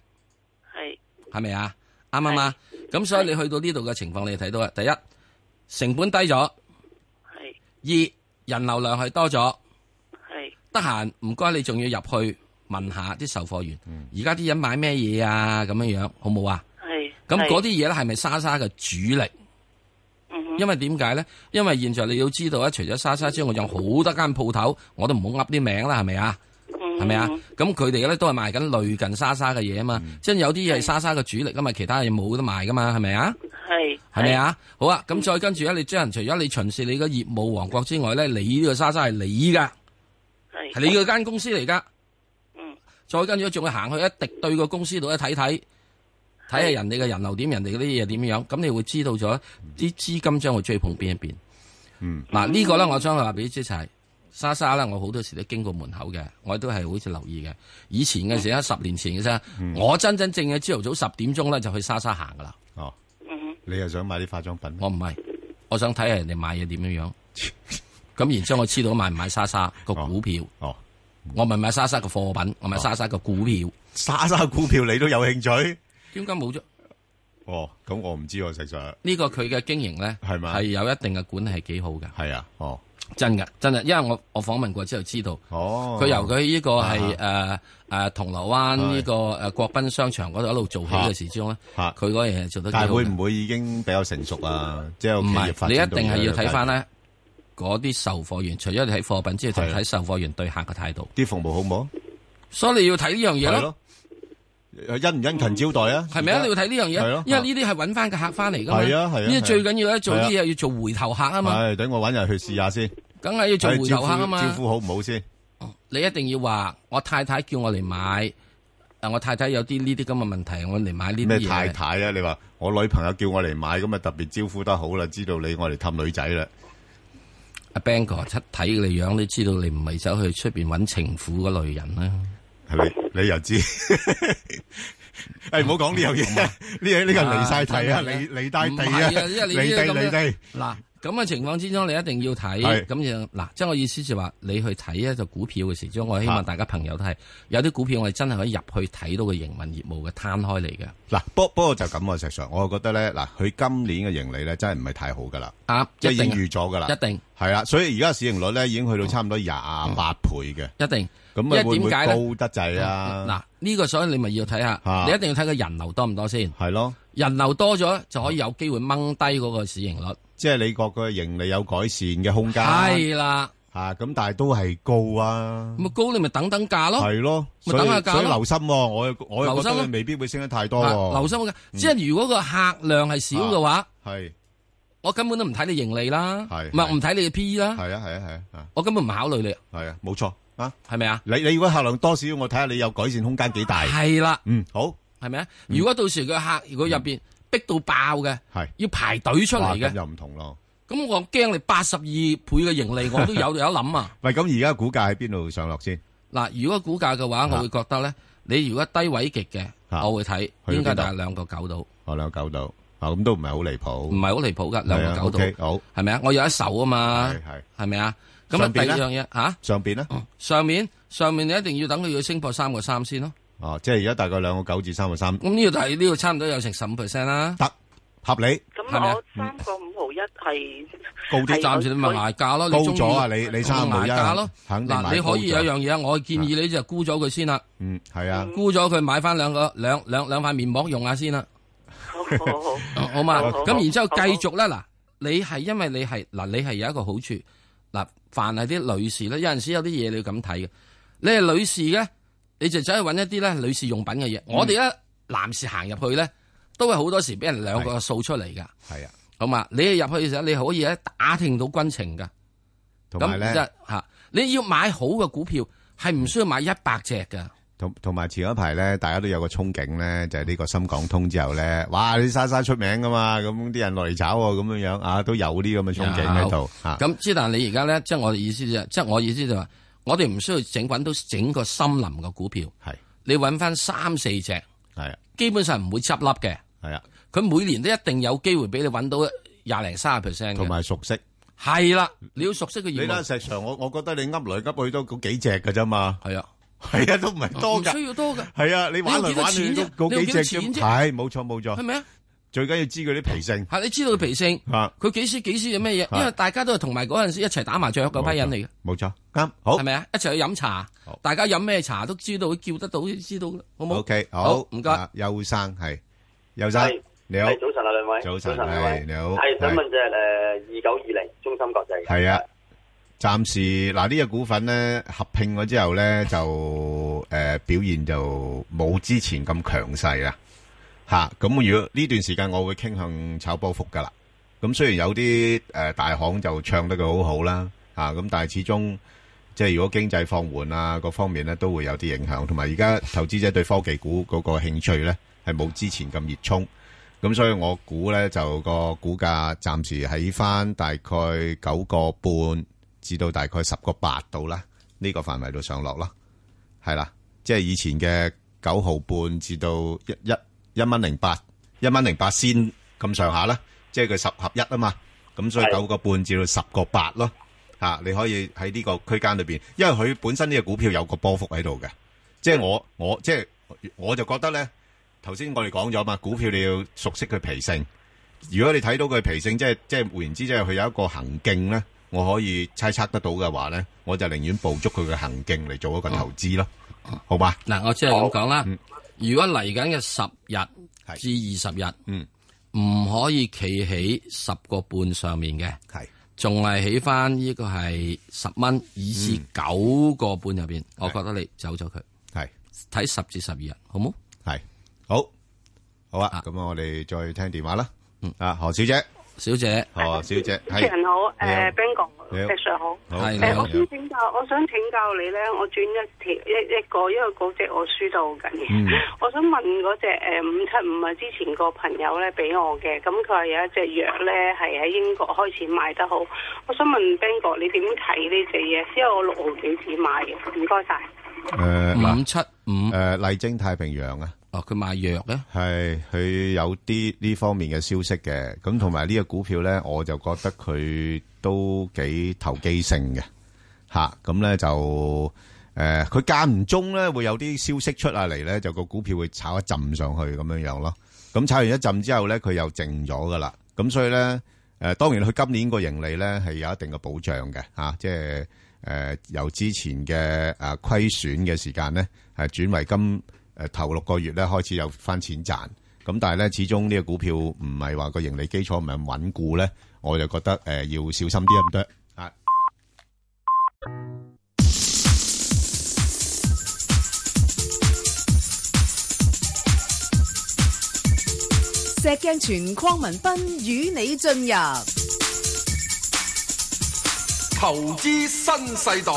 S3: 係
S2: 係咪啊？啱唔啱啊？咁所以你去到呢度嘅情況，你就睇到啦。啊第一，成本低咗；
S3: 係
S2: 二，人流量係多咗。
S3: 係
S2: 得閒唔該，你仲要入去問下啲售貨員，
S3: 嗯
S2: 而家啲人買咩嘢啊？咁樣樣好冇啊？
S3: 係。
S2: 咁
S3: 係
S2: 嗰啲嘢咧係咪莎莎嘅主力？
S3: 嗯哼
S2: 因為點解咧？因為現在你要知道咧，除咗莎莎之外，仲有好多間鋪頭，我都唔好噏啲名啦，係咪啊？
S3: 嗯
S2: 係咪啊？咁佢哋咧都係賣緊類近莎莎嘅嘢啊嘛，
S3: 嗯
S2: 即係有啲嘢係莎莎嘅主力啊嘛，其他嘢冇得賣噶嘛，係咪啊？
S3: 係
S2: 係咪？啊？好啊，咁再跟住咧，你將除咗你巡視你嘅業務王國之外咧，你呢個莎莎係你噶。
S3: 係
S2: 系你嗰間公司嚟噶。
S3: 嗯。
S2: 再跟住仲要行去一滴對個公司度一睇睇，睇下人哋嘅人流點，人哋嗰啲嘢點樣，咁你會知道咗啲資金將會追捧邊一邊。
S1: 嗯。
S2: 嗱呢個咧，我將佢話俾你知就係莎莎咧，我好多時都經過門口嘅，我都係好似留意嘅。以前嘅時咧，十年前嘅啫，我真真正嘅朝頭早十點鐘咧就去莎莎行噶啦。
S1: 哦，
S3: 嗯哼
S1: 你又想買啲化妝品咩？
S2: 我唔係，我想睇下人哋買嘢點 樣樣。咁然之後我知道買唔買莎莎個股票。
S1: 哦，
S2: 我唔係買莎莎嘅貨品，我買莎莎嘅股票。
S1: 莎莎股票你都有興趣？
S2: 點解冇咗
S1: 哦，咁我唔知喎，石 Sir。
S2: 呢個佢嘅經營咧？
S1: 係咪
S2: 係有一定嘅管理係幾好㗎，
S1: 係啊，哦，
S2: 真㗎，真係，因為我我訪問過之後知道，
S1: 哦，啊
S2: 佢由佢呢個係誒誒銅鑼灣
S1: 係
S2: 呢個誒國賓商場嗰度一路做起嘅時之中咧，
S1: 嚇
S2: 佢嗰樣嘢做得幾好
S1: 但係會
S2: 㗎。
S1: 唔會已經比較成熟啊？即係
S2: 唔
S1: 企業
S2: 係
S1: 發
S2: 你一
S1: 展到
S2: 定係要睇翻
S1: 呢
S2: 咧嗰啲售貨員，除咗你睇貨品之外，仲
S1: 係啊
S2: 睇售貨員對客嘅態度。
S1: 啲服務好唔好？
S2: 所以你要睇呢樣嘢
S1: 係
S2: 咯，
S1: 咯，殷唔殷勤招待啊？
S2: 係咪啊？你要睇呢樣
S1: 係咯
S2: 嘢，因為呢啲係揾翻個客翻嚟㗎嘛。
S1: 係啊係啊
S2: 呢
S1: 係啊
S2: 啲最緊要咧，做啲
S1: 係
S2: 嘢要做回頭客啊嘛。
S1: 係等我揾人去試下先，
S2: 梗係要做回
S1: 睇招
S2: 頭
S1: 呼
S2: 客啊
S1: 招
S2: 嘛！
S1: 呼好唔好先？
S2: 你一定要話我太太叫我嚟買，啊我太太有啲呢啲咁嘅問題，我嚟買呢
S1: 咩
S2: 啲
S1: 太
S2: 嘢。
S1: 太啊？你話我女朋友叫我嚟買，咁啊特別招呼得好啦，知道你我嚟氹女仔啦。
S2: 阿 Bang 哥一睇你樣，都知道你唔係走去出邊揾情婦嗰類人啦。
S1: 係咪？你又知？哎誒，唔好講呢樣嘢，呢樣-呢個離晒題啊，
S2: 嗯真係啊。
S1: 離-離低地啊，
S2: 唔係啊，因為
S1: 離
S2: 你
S1: 地，
S2: 呢啲咁嘅-
S1: 離地。
S2: 嗱，咁嘅情況之中，你一定要
S1: 係
S2: 睇，咁就嗱，即係我意思就話，你去睇一隻股票嘅時鐘，我希望大家朋友
S1: 啊
S2: 都係有啲股票我哋真係可以入去睇到個營運業務嘅攤開嚟嘅，
S1: 嗱，不-不過就咁喎，石Sir，我覺得呢，嗱，佢今年嘅盈利呢，真係唔係太好㗎啦，
S2: 啱，一定啊
S1: 即係已經預咗㗎啦。
S2: 一定嗯
S1: 係啦，所以而家市盈率呢，已經去到差唔到28倍嘅，
S2: 一定。
S1: 咁啊，
S2: 因為
S1: 會唔會
S2: 點解呢？嗯
S1: 高得滯啊？
S2: 嗱，呢個所以你咪要睇下
S1: 啊，
S2: 你一定要睇個人流多唔多先，人流多咗就可以有機會掹低嗰個市盈率，
S1: 係咯，即係你覺佢盈利有改善嘅空間，
S2: 係啦，
S1: 啊，咁但係都係高啊。
S2: 咁啊高你咪等等價咯。
S1: 係咯，
S2: 咪
S1: 所以-
S2: 等下價
S1: 所以
S2: 咯。
S1: 留心喎，我又-我又覺得
S2: 留心咯。
S1: 佢未必會升得太多喎。
S2: 啊留心嘅，即係如果個客量係少
S1: 嗯
S2: 嘅話，我根本都唔睇你盈利啦，
S1: 係
S2: 唔係我唔睇你嘅 P E 啦，
S1: 係，係啊，係啊，係啊，啊。
S2: 我根本唔考慮你，
S1: 係啊，冇錯，啊。你-
S2: 係咪啊？
S1: 你如果客量多少，我睇下你有改善空間幾大。
S2: 係啦，
S1: 嗯，好，係，嗯
S2: 係咪啊？如果到時個客如果入邊逼到爆嘅，要排隊出嚟嘅，
S1: 哇，咁又唔同咯。喂，咁而家股價喺邊度上落市啊？
S2: 咁我驚你八十二倍嘅盈利，我 都有有得諗啊！嗱，如果股價嘅話，我會覺得咧，你如果低位極嘅，
S1: 啊
S2: 我會睇
S1: 去到
S2: 應該
S1: 邊度
S2: 大概兩個九到，唔
S1: 我兩九度，啊，咁都唔係好離譜。
S2: 係好離譜噶，兩個九到，
S1: 係啊，OK，好，係，係。
S2: 係咪啊？我有一手啊嘛，係咪啊？咁啊，
S1: 上
S2: 第
S1: 邊
S2: 二
S1: 呢
S2: 樣嘢嚇。
S1: 上邊呢？
S2: 上面上面你一定要等佢要升破三個三先咯。
S1: 哦，即係而家大概2.9至3.3，
S2: 咁呢度係呢度差唔多有成十五 percent 啦。
S1: 得，合理，高啲，
S3: 咁
S2: 係咪啊
S3: 我三個五毫一係係
S2: 暫時你咪捱價咯，
S1: 高
S2: 你中意
S1: 咗啊你你三毫一
S2: 捱價咯。
S1: 肯定
S2: 嗱，
S1: 買
S2: 你
S1: 高
S2: 可以有
S1: 咗啊
S2: 樣嘢，我建議你就沽咗佢先啦，
S1: 嗯，係啊，
S2: 沽咗佢買翻兩個兩兩兩塊面膜用下先啦，
S3: 好好好。
S2: 好嘛？
S3: 好好
S2: 咁
S3: 好
S2: 然之後
S3: 好好
S2: 繼續咧，嗱，你係因為你係嗱，你係有一個好處嗱，凡係啲女士咧，有陣時有啲嘢你要咁睇嘅，你係女士嘅，你就走去揾一啲咧女士用品嘅嘢。
S1: 嗯
S2: 我哋咧男士行入去咧，都係好多時俾人兩個數出嚟㗎。好嘛？你入去嘅時候，你可以咧打聽到軍情噶。咁
S1: 係啊，同埋呢，
S2: 即係吓，你要買好嘅股票係唔需要買一百隻噶。
S1: 同同埋前一排咧，大家都有個憧憬咧，就係、呢個深港通之後咧，哇！你莎莎出名噶嘛，咁啲人落嚟炒喎，咁樣樣啊，都有啲咁嘅憧憬喺度嚇。
S2: 啊咁之但你而家咧，即係我哋意思就係，即係我意思就話，我哋唔需要整揾到整個森林嘅股票，
S1: 係
S2: 你揾翻三四隻，
S1: 係啊
S2: 基本上唔會執笠嘅。
S1: 係啊，
S2: 佢每年都一定有機會俾你揾到廿零三十 percent
S1: 同埋熟悉。
S2: 係啦，你要熟悉嘅
S1: 你
S2: 業
S1: 睇
S2: 務，
S1: 石 Sir，我我覺得你噏嚟噏去都嗰幾隻㗎啫嘛，
S2: 係啊，
S1: 係啊，都唔係多
S2: 唔
S1: 㗎。
S2: 需要多噶，
S1: 係啊，你玩嚟玩去
S2: 你
S1: 都
S2: 有幾多
S1: 嗰幾隻
S2: 錢啫你有幾多錢啫
S1: 係冇錯冇
S2: 係
S1: 錯，
S2: 咪啊？
S1: 最緊要知佢啲脾性
S2: 係你知道佢脾性。
S1: 嚇。
S2: 佢幾時幾時有咩嘢？
S1: 係
S2: 因為大家都係同埋嗰陣時一齊打麻雀嗰批人嚟嘅，
S1: 冇錯，啱好
S2: 係。咪啊？一齊去飲茶
S1: 好，
S2: 大家飲咩茶都知道，叫得到知道，好冇
S1: OK，
S2: 好
S1: 好，
S2: 唔該
S1: 啊邱生係邱生
S10: 係，
S1: 你好
S10: 係，早晨啊，兩位，
S1: 早晨
S10: 兩位
S1: 係，你好
S10: 係想問只誒
S8: 呃
S10: 二九二零中芯國際嘅，
S1: 係啊，暫時嗱呢只股份咧合併咗之後咧就诶、呃表現就冇之前咁強勢啦，吓、咁如果呢段時間我會傾向炒波幅噶啦，咁雖然有啲诶、呃大行就唱得佢好好啦，吓、咁但係始終即係如果經濟放緩啊各方面咧都會有啲影響，同埋而家投資者對科技股嗰個興趣咧係冇之前咁熱衷。咁所以我估咧就個股價暫時喺翻大概九個半至到大概十個八度啦，呢、個範圍度上落啦，係啦，即係以前嘅九毫半至到一一一蚊零八一蚊零八先咁上下啦，即係佢十合一啊嘛，咁所以
S10: 係
S1: 九個半至到十個八咯，嚇、你可以喺呢個區間裏邊，因為佢本身呢個股票有個波幅喺度嘅，即係我我即係我就覺得咧。頭先我哋講咗嘛，股票你要熟悉佢脾性。如果你睇到佢脾性，即係即係換言之，即係佢有一個行徑咧，我可以猜測得到嘅話咧，我就寧願捕捉佢嘅行徑嚟做一個投資咯，
S2: 啊
S1: 好嘛？
S2: 嗱，我只係咁講啦
S1: 嗯。
S2: 如果嚟緊嘅十日至二十
S1: 嗯
S2: 日，唔可以企喺十個半上面嘅，
S1: 係
S2: 仲係起翻呢個係十蚊，以至九個半入邊，
S1: 嗯
S2: 我覺得你走咗佢，
S1: 係
S2: 睇十至十二日，好冇？
S1: 係好好啊！
S2: 啊嗯
S1: 咁我哋再聽電話啦。啊，何小姐，
S2: 小姐，
S1: 何小姐
S11: 主持
S1: 係啊
S11: 人好，
S1: 你好
S11: 誒 Ben 哥，
S1: 你好
S11: 石 Sir 好。
S1: 好
S2: 係你
S11: 誒，
S2: 好
S11: 我想請教，我想請教你咧，我轉一條一一個，因為嗰只我輸到好緊要。
S1: 嗯
S11: 我想問嗰只誒五七五啊，之前個朋友咧俾我嘅，咁佢話有一隻藥咧係喺英國開始賣得好。我想問 Ben 哥，你點睇呢只嘢？因為我六毫幾紙買嘅，唔該晒。
S1: 誒嗱
S2: 五七五
S1: 誒麗晶太平洋啊，
S2: 哦，佢賣藥咧，
S1: 係佢有啲呢方面嘅消息嘅，咁同埋呢個股票咧，我就覺得佢都幾投機性嘅吓，咁、呢咧就誒佢間唔中咧會有啲消息出啊嚟咧，就個股票會炒一浸上去咁樣樣咯。咁炒完一浸之後咧，佢又靜咗噶啦，咁所以咧誒、呃，當然佢今年個盈利咧係有一定嘅保障嘅吓、即係。誒、呃由之前嘅誒虧損嘅時間咧，係轉為今誒、呃頭六個月咧開始有翻錢賺。咁但係咧，始終呢個股票唔係話個盈利基礎唔係咁穩固咧，我就覺得誒、呃要小心啲咁多啊。
S4: 石鏡泉邝文斌與你進入
S5: 投資新世代，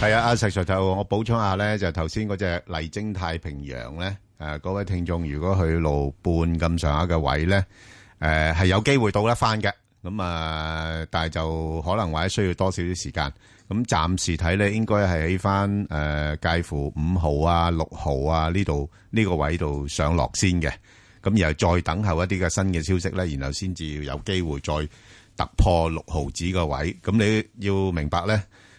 S1: 係啊，阿石 Sir 就我補充下咧，就頭先嗰只麗晶太平洋咧，誒、嗰位聽眾如果去路半咁上下嘅位咧，誒、係有機會到得翻嘅，咁啊，但係就可能或者需要多少少時間。咁暫時睇咧，應該係喺翻誒介乎五號啊、六號啊呢度呢個位度上落先嘅。咁然後再等候一啲嘅新嘅消息咧，然後先至有機會再突破六毫子個位。咁你要明白咧，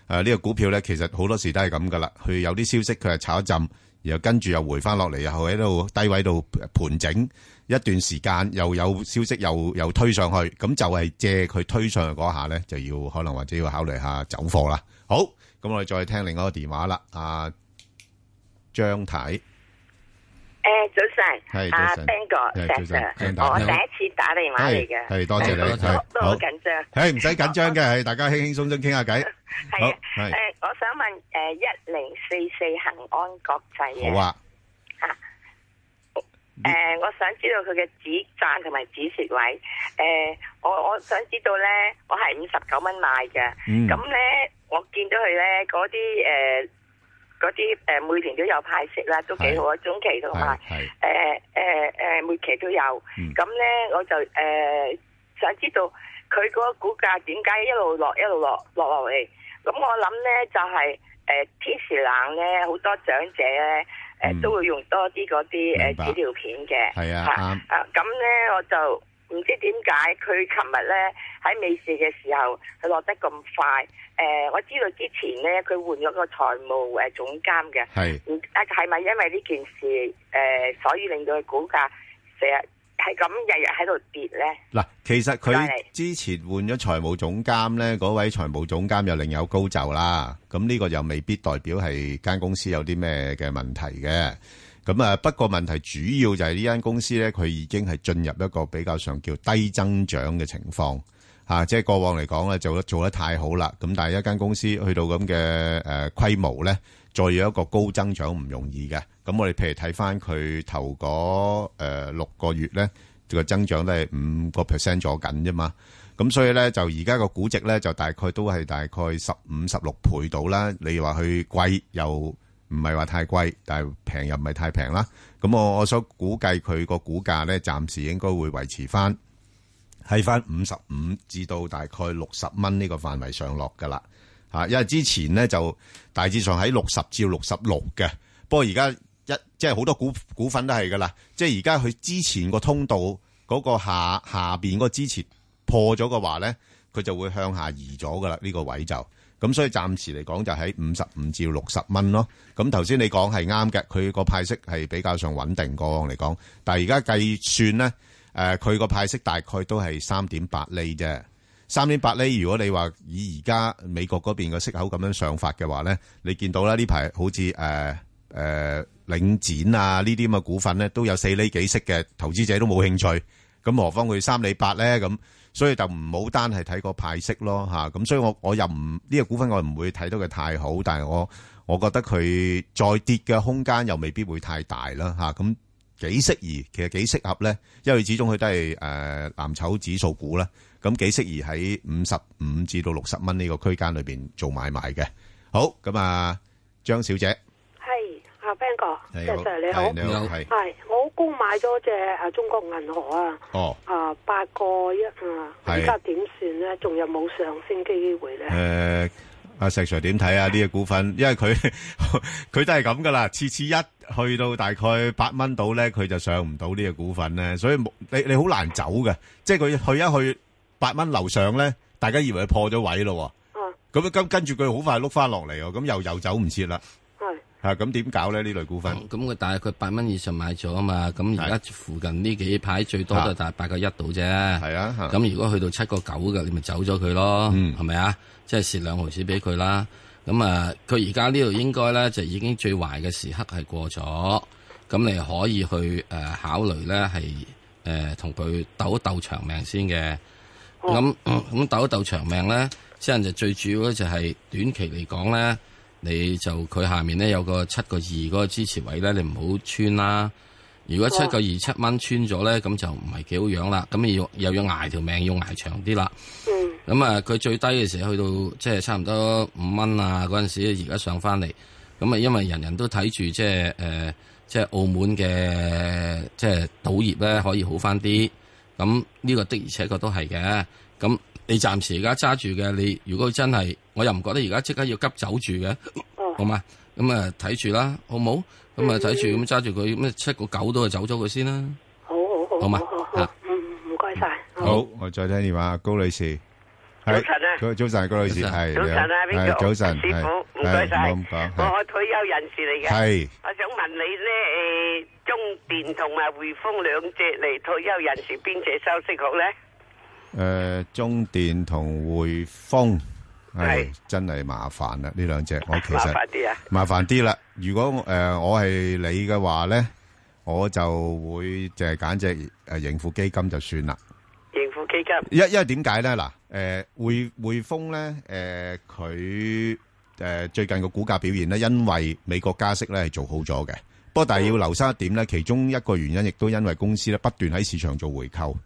S1: 誒、呢、個股票咧其實好多時都係咁噶啦，佢有啲消息佢係炒一陣，然後跟住又回翻落嚟，又喺度低位度盤整一段時間，又有消息又又推上去，咁就係借佢推上去嗰下咧，就要可能或者要考慮下走貨啦。好，咁我哋再聽另外一個電話啦，阿、張太。
S9: 诶，早晨
S1: 係，
S9: 阿
S1: 早晨
S9: Ben 哥
S1: 係早
S9: Sir
S1: 晨 Ben 大
S9: Sir，我
S1: 你
S9: 第
S1: 好
S9: 一次打電話嚟嘅，
S1: 係係多謝你
S9: 我
S1: 係
S9: 都
S1: 好
S9: 好緊張。
S1: 誒，唔使緊張嘅，係，大家輕輕鬆鬆傾下偈。
S9: 係啊，诶，我想問诶，一零四四恒安國際啊，
S1: 好，好啊，
S9: 诶，我想知道佢嘅止賺同埋止蝕位。诶，我我想知道咧，我係五十九蚊買嘅，
S12: 嗯
S9: 咁咧我見到佢咧嗰啲诶嗰啲诶每年都有派息啦，都幾好啊，中期同埋。
S1: 係。
S9: 誒誒誒，呃每期都有。
S12: 嗯
S9: 咁咧、我就誒、呃想知道佢嗰個股價點解一路落一路落落落嚟。咁我諗咧就係、誒天時冷咧，好多長者咧誒、呃都會用多啲嗰啲誒
S12: 嗯明白
S9: 紙尿片嘅。
S12: 係啊
S9: 嚇
S12: 啱
S9: 啊咁咧我就。唔知點解佢琴日咧喺美市嘅時候，佢落得咁快。誒、我知道之前咧，佢換咗個財務誒、呃、總監嘅。
S1: 係
S9: 唔啊，係咪因為呢件事誒、呃所以令到佢股價成日係咁日日喺度跌咧？
S1: 嗱，其實佢
S9: 唔該你。
S1: 之前換咗財務總監呢，嗰位財務總監又另有高就啦。咁呢個又未必代表係間公司有啲咩嘅問題嘅。咁啊，不過問題主要就係呢間公司呢，佢已經係進入一個比較上叫低增長嘅情況。啊，即係過往嚟講呢，做得-做得太好啦。咁但係一間公司去到咁嘅，呃，規模呢，再有一個高增長唔容易嘅。咁我哋譬如睇翻佢頭嗰誒六個月咧，個增長都係五個 percent 左緊啫嘛。咁所以咧就而家個估值咧就大概都係大概十五十六倍到啦。你話佢貴又唔係話太貴，但係平又唔係太平啦。咁我我所估計佢個股價咧暫時應該會維持翻。喺翻五十五至到大概六十蚊呢個範圍上落㗎啦。嚇，因為之前咧就大致上喺六十至六十六嘅，不過而家一即係好多股股份都係㗎啦，即係而家佢之前個通道嗰個下下邊嗰個支持破咗嘅話咧，佢就會向下移咗㗎啦，呢、個位就。咁所以暫時嚟講就喺五十五至六十蚊咯。咁頭先你講係啱嘅，佢個派息係比較上穩定過往嚟講，但係而家計算咧。誒佢個派息大概都係三點八厘啫。三點八厘，如果你話以而家美國嗰邊個息口咁樣上法嘅話咧，你見到啦呢排好似誒誒領展啊呢啲咁嘅股份咧，都有四厘幾息嘅，投資者都冇興趣。咁何況佢三厘八咧咁，所以就唔好單係睇個派息咯嚇。咁、所以我我又唔呢、個股份我唔會睇到佢太好，但係我我覺得佢再跌嘅空間又未必會太大啦嚇。咁、幾適宜，其實幾適合咧，因為始終佢都係誒、呃、藍籌指數股啦，咁幾適宜喺五十五至到六十蚊呢個區間裏邊做買賣嘅。好，咁啊，張小姐，
S11: 係啊，Ben 哥，
S12: 啊，
S1: 係
S12: 石
S1: 好
S12: Sir 你好，
S1: 係你好係
S12: 係我高買咗只啊中國銀河啊，
S1: 哦，
S12: 啊八個一啊，而
S1: 係
S12: 家點算咧？仲有冇上升機會咧？
S1: 诶，阿石 Sir 點睇啊？呢只股份， 因為佢佢都係咁噶啦，次次一去到大概八蚊度咧，佢就上唔到呢只股份咧，所以冇你你好難走嘅，即係佢去一去八蚊樓上咧，大家以為佢破咗位咯喎，咁跟跟住佢好快碌翻落嚟喎，咁又又走唔切啦，吓咁點搞咧？呢類股份
S2: 咁佢但係佢八蚊以上買咗啊嘛，咁而家附近呢幾排最多都係大八個一度啫。係
S1: 啊，
S2: 咁如果去到七個九嘅，你咪走咗佢咯，係咪啊？即係蝕兩毫子俾佢啦。咁啊，佢而家呢度應該咧就已經最壞嘅時刻係過咗，咁你可以去誒、呃考慮咧係誒同佢鬥一鬥長命先嘅。咁嗯咁鬥一鬥長命咧，即係就最主要咧就係短期嚟講咧，你就佢下面咧有個七個二嗰個支持位咧，你唔好穿啦。如果七個二七蚊穿咗咧，咁就唔係幾好樣啦。咁要又要捱條命，要捱長啲啦。
S12: 嗯
S2: 咁啊，佢最低嘅時候去到即係差唔多五蚊啊嗰陣時，而家上翻嚟。咁啊，因為人人都睇住即係誒、呃即係澳門嘅即係賭業咧可以好翻啲。咁呢個的而且確都係嘅。咁你暫時而家揸住嘅，你如果真係，我又唔覺得而家即刻要急走住嘅，好嘛？咁啊睇住啦，好冇？咁啊睇住咁揸住佢，咁啊七個九都係走咗佢先啦，
S12: 好好好，
S2: 哦好嘛？啊
S12: 嗯，唔該晒。
S1: 好，我再聽電話，高女士。係
S9: 早晨啊
S1: 早早晨，高女士
S9: 早晨
S1: 係
S9: 早晨啊
S1: 你好
S9: 邊
S1: 係
S9: 個
S1: 早晨，
S9: 師傅
S1: 係
S9: 唔該晒
S1: 係唔好咁
S9: 我
S1: 講係
S9: 我退休人士嚟嘅，
S1: 係
S9: 我想問你咧，诶、中電同埋匯豐兩隻嚟退休人士邊隻收息好咧？
S1: 诶，中電同匯豐係
S9: 係
S1: 真係麻煩啦，呢兩隻我其
S9: 麻
S1: 實
S9: 煩啲啊
S1: 麻煩啲啦。如果诶、呃我係你嘅話咧，我就會就係揀只诶盈富基金就算啦。
S9: 盈富基金
S1: 因因為點解咧？嗱，誒匯匯豐咧，誒佢誒最近個股價表現咧，因為美國加息咧係做好咗嘅。不過，但係要留心一點咧，其中一個原因亦都因為公司咧不斷喺市場做回購，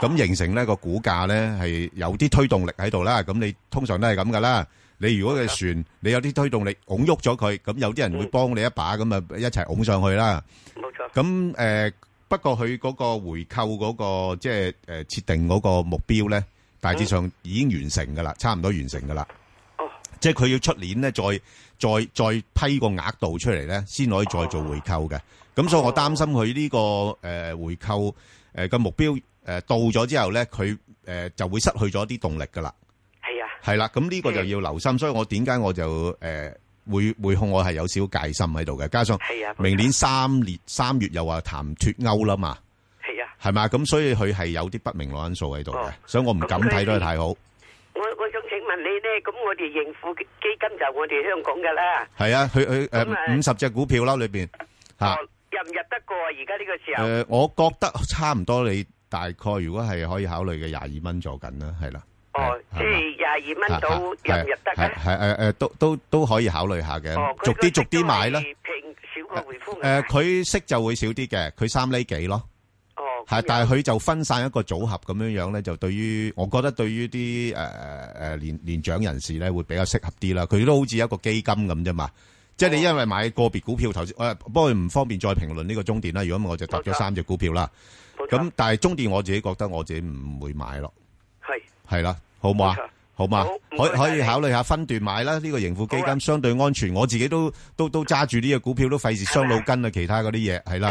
S1: 咁形成呢個股價咧係有啲推動力喺度啦。咁你通常都係咁噶啦。你如果嘅船你有啲推動力，拱喐咗佢，咁有啲人會幫你一把，咁啊一齊拱上去啦。
S9: 冇錯。
S1: 咁誒、呃不過佢嗰個回購嗰、個即係誒設定嗰個目標咧，大致上已經完成㗎啦，差唔多完成㗎啦。即係佢要出年咧，再再再批個額度出嚟咧，先可以再做回購嘅。咁所以我擔心佢呢、個誒、呃回購誒嘅目標誒、呃到咗之後咧，佢誒、呃就會失去咗啲動力㗎啦。
S9: 係啊，
S1: 係啦，咁呢個就要留心。所以我點解我就誒、呃、會會控我係有少少戒心喺度嘅，加上
S9: 係啊冇錯
S1: 明年三月三月又話談脱歐啦嘛，
S9: 係啊。
S1: 係嘛，咁所以佢係有啲不明朗因素喺度嘅，所以我唔敢睇得太好。
S9: 我我想請問你咧，咁我哋盈富基金就我哋香港噶啦，
S1: 係啊，佢佢
S9: 咁啊
S1: 誒五十隻股票啦裏邊嚇。
S9: 入唔入得過啊？而家呢個時
S1: 誒、
S9: 候，
S1: 我覺得差唔多，你大概如果係可以考慮嘅廿二蚊做緊啦，係啦。
S9: 哦，即係廿二蚊到入唔入得
S1: 係
S9: 嘅？
S1: 係誒誒，都都都可以考慮下嘅，
S9: 哦，佢
S1: 逐
S9: 個
S1: 啲逐
S9: 息
S1: 啲
S9: 都
S1: 買啦。
S9: 係平少過匯豐
S1: 诶，
S9: 啊。
S1: 佢息就會少啲嘅，佢三厘幾咯。
S9: 哦，
S1: 係，但係佢就分散一個組合咁樣樣咧，就對於我覺得對於啲诶诶诶年年长人士咧，會比較適合啲啦。佢都好似一個基金咁啫嘛。即係你因為買個別股票，頭先诶，不過唔方便再評論呢個中電啦。如果唔係我就搭咗三隻股票啦。咁但係中電我自己覺得我自己唔會買咯。
S9: 係
S1: 係啦，好唔好啊？好嘛，可可以考慮下分段買啦。呢個盈富基金相對安全，我自己都都都揸住呢只股票都費事傷腦筋啊。其他嗰啲嘢係啦，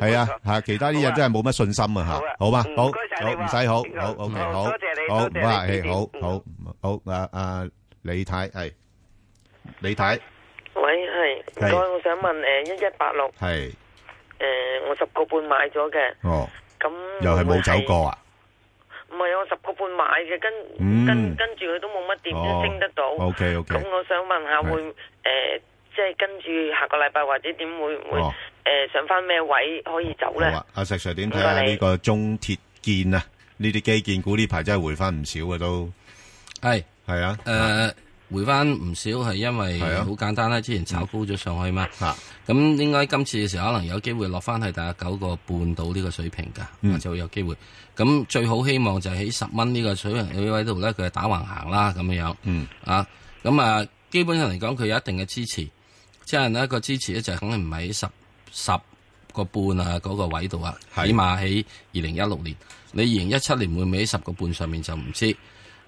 S1: 係啊嚇，其他啲嘢真係冇乜信心啊嚇。好嘛，好好唔使好好 OK 好，好唔客氣，好好好啊啊李太係李太
S13: 喂，係，唔該，
S1: 係
S13: 我想問诶，一一八六，
S1: 係
S13: 诶，呃我十個半買咗嘅，
S1: 哦，
S13: 咁
S1: 又係冇走過啊？
S13: 唔係我十個半買嘅，跟
S1: 嗯
S13: 跟跟住佢都冇乜點
S1: 哦
S13: 升得到。
S1: OK，OK
S13: 咁我想問下
S1: 係
S13: 會诶，即係跟住下個禮拜或者點會會
S1: 哦，
S13: 诶上翻咩位可以走
S1: 好
S13: 咧
S1: 啊？，阿石 Sir 點睇
S13: 唔
S1: 下
S13: 該你
S1: 呢個中鐵建啊？呢啲基建股呢排真係回翻唔少嘅都
S2: 係
S1: 係啊
S2: 誒、呃回翻唔少係因為
S1: 係啊
S2: 好簡單啦，之前炒高咗上去嘛。
S1: 咁、
S2: 應該今次嘅時候可能有機會落翻去大概九個半到呢個水平㗎，
S14: 嗯
S2: 或者會有機會。咁最好希望就係喺十蚊呢個水平呢位度咧，佢係打橫行啦咁樣樣。
S1: 嗯
S2: 啊，咁啊，基本上嚟講佢有一定嘅支持。即係一個支持咧，就肯定唔喺十十個半啊嗰個位度啊，
S14: 係
S2: 起碼喺二零一六年。你二零一七年會唔會喺十個半上面就唔知。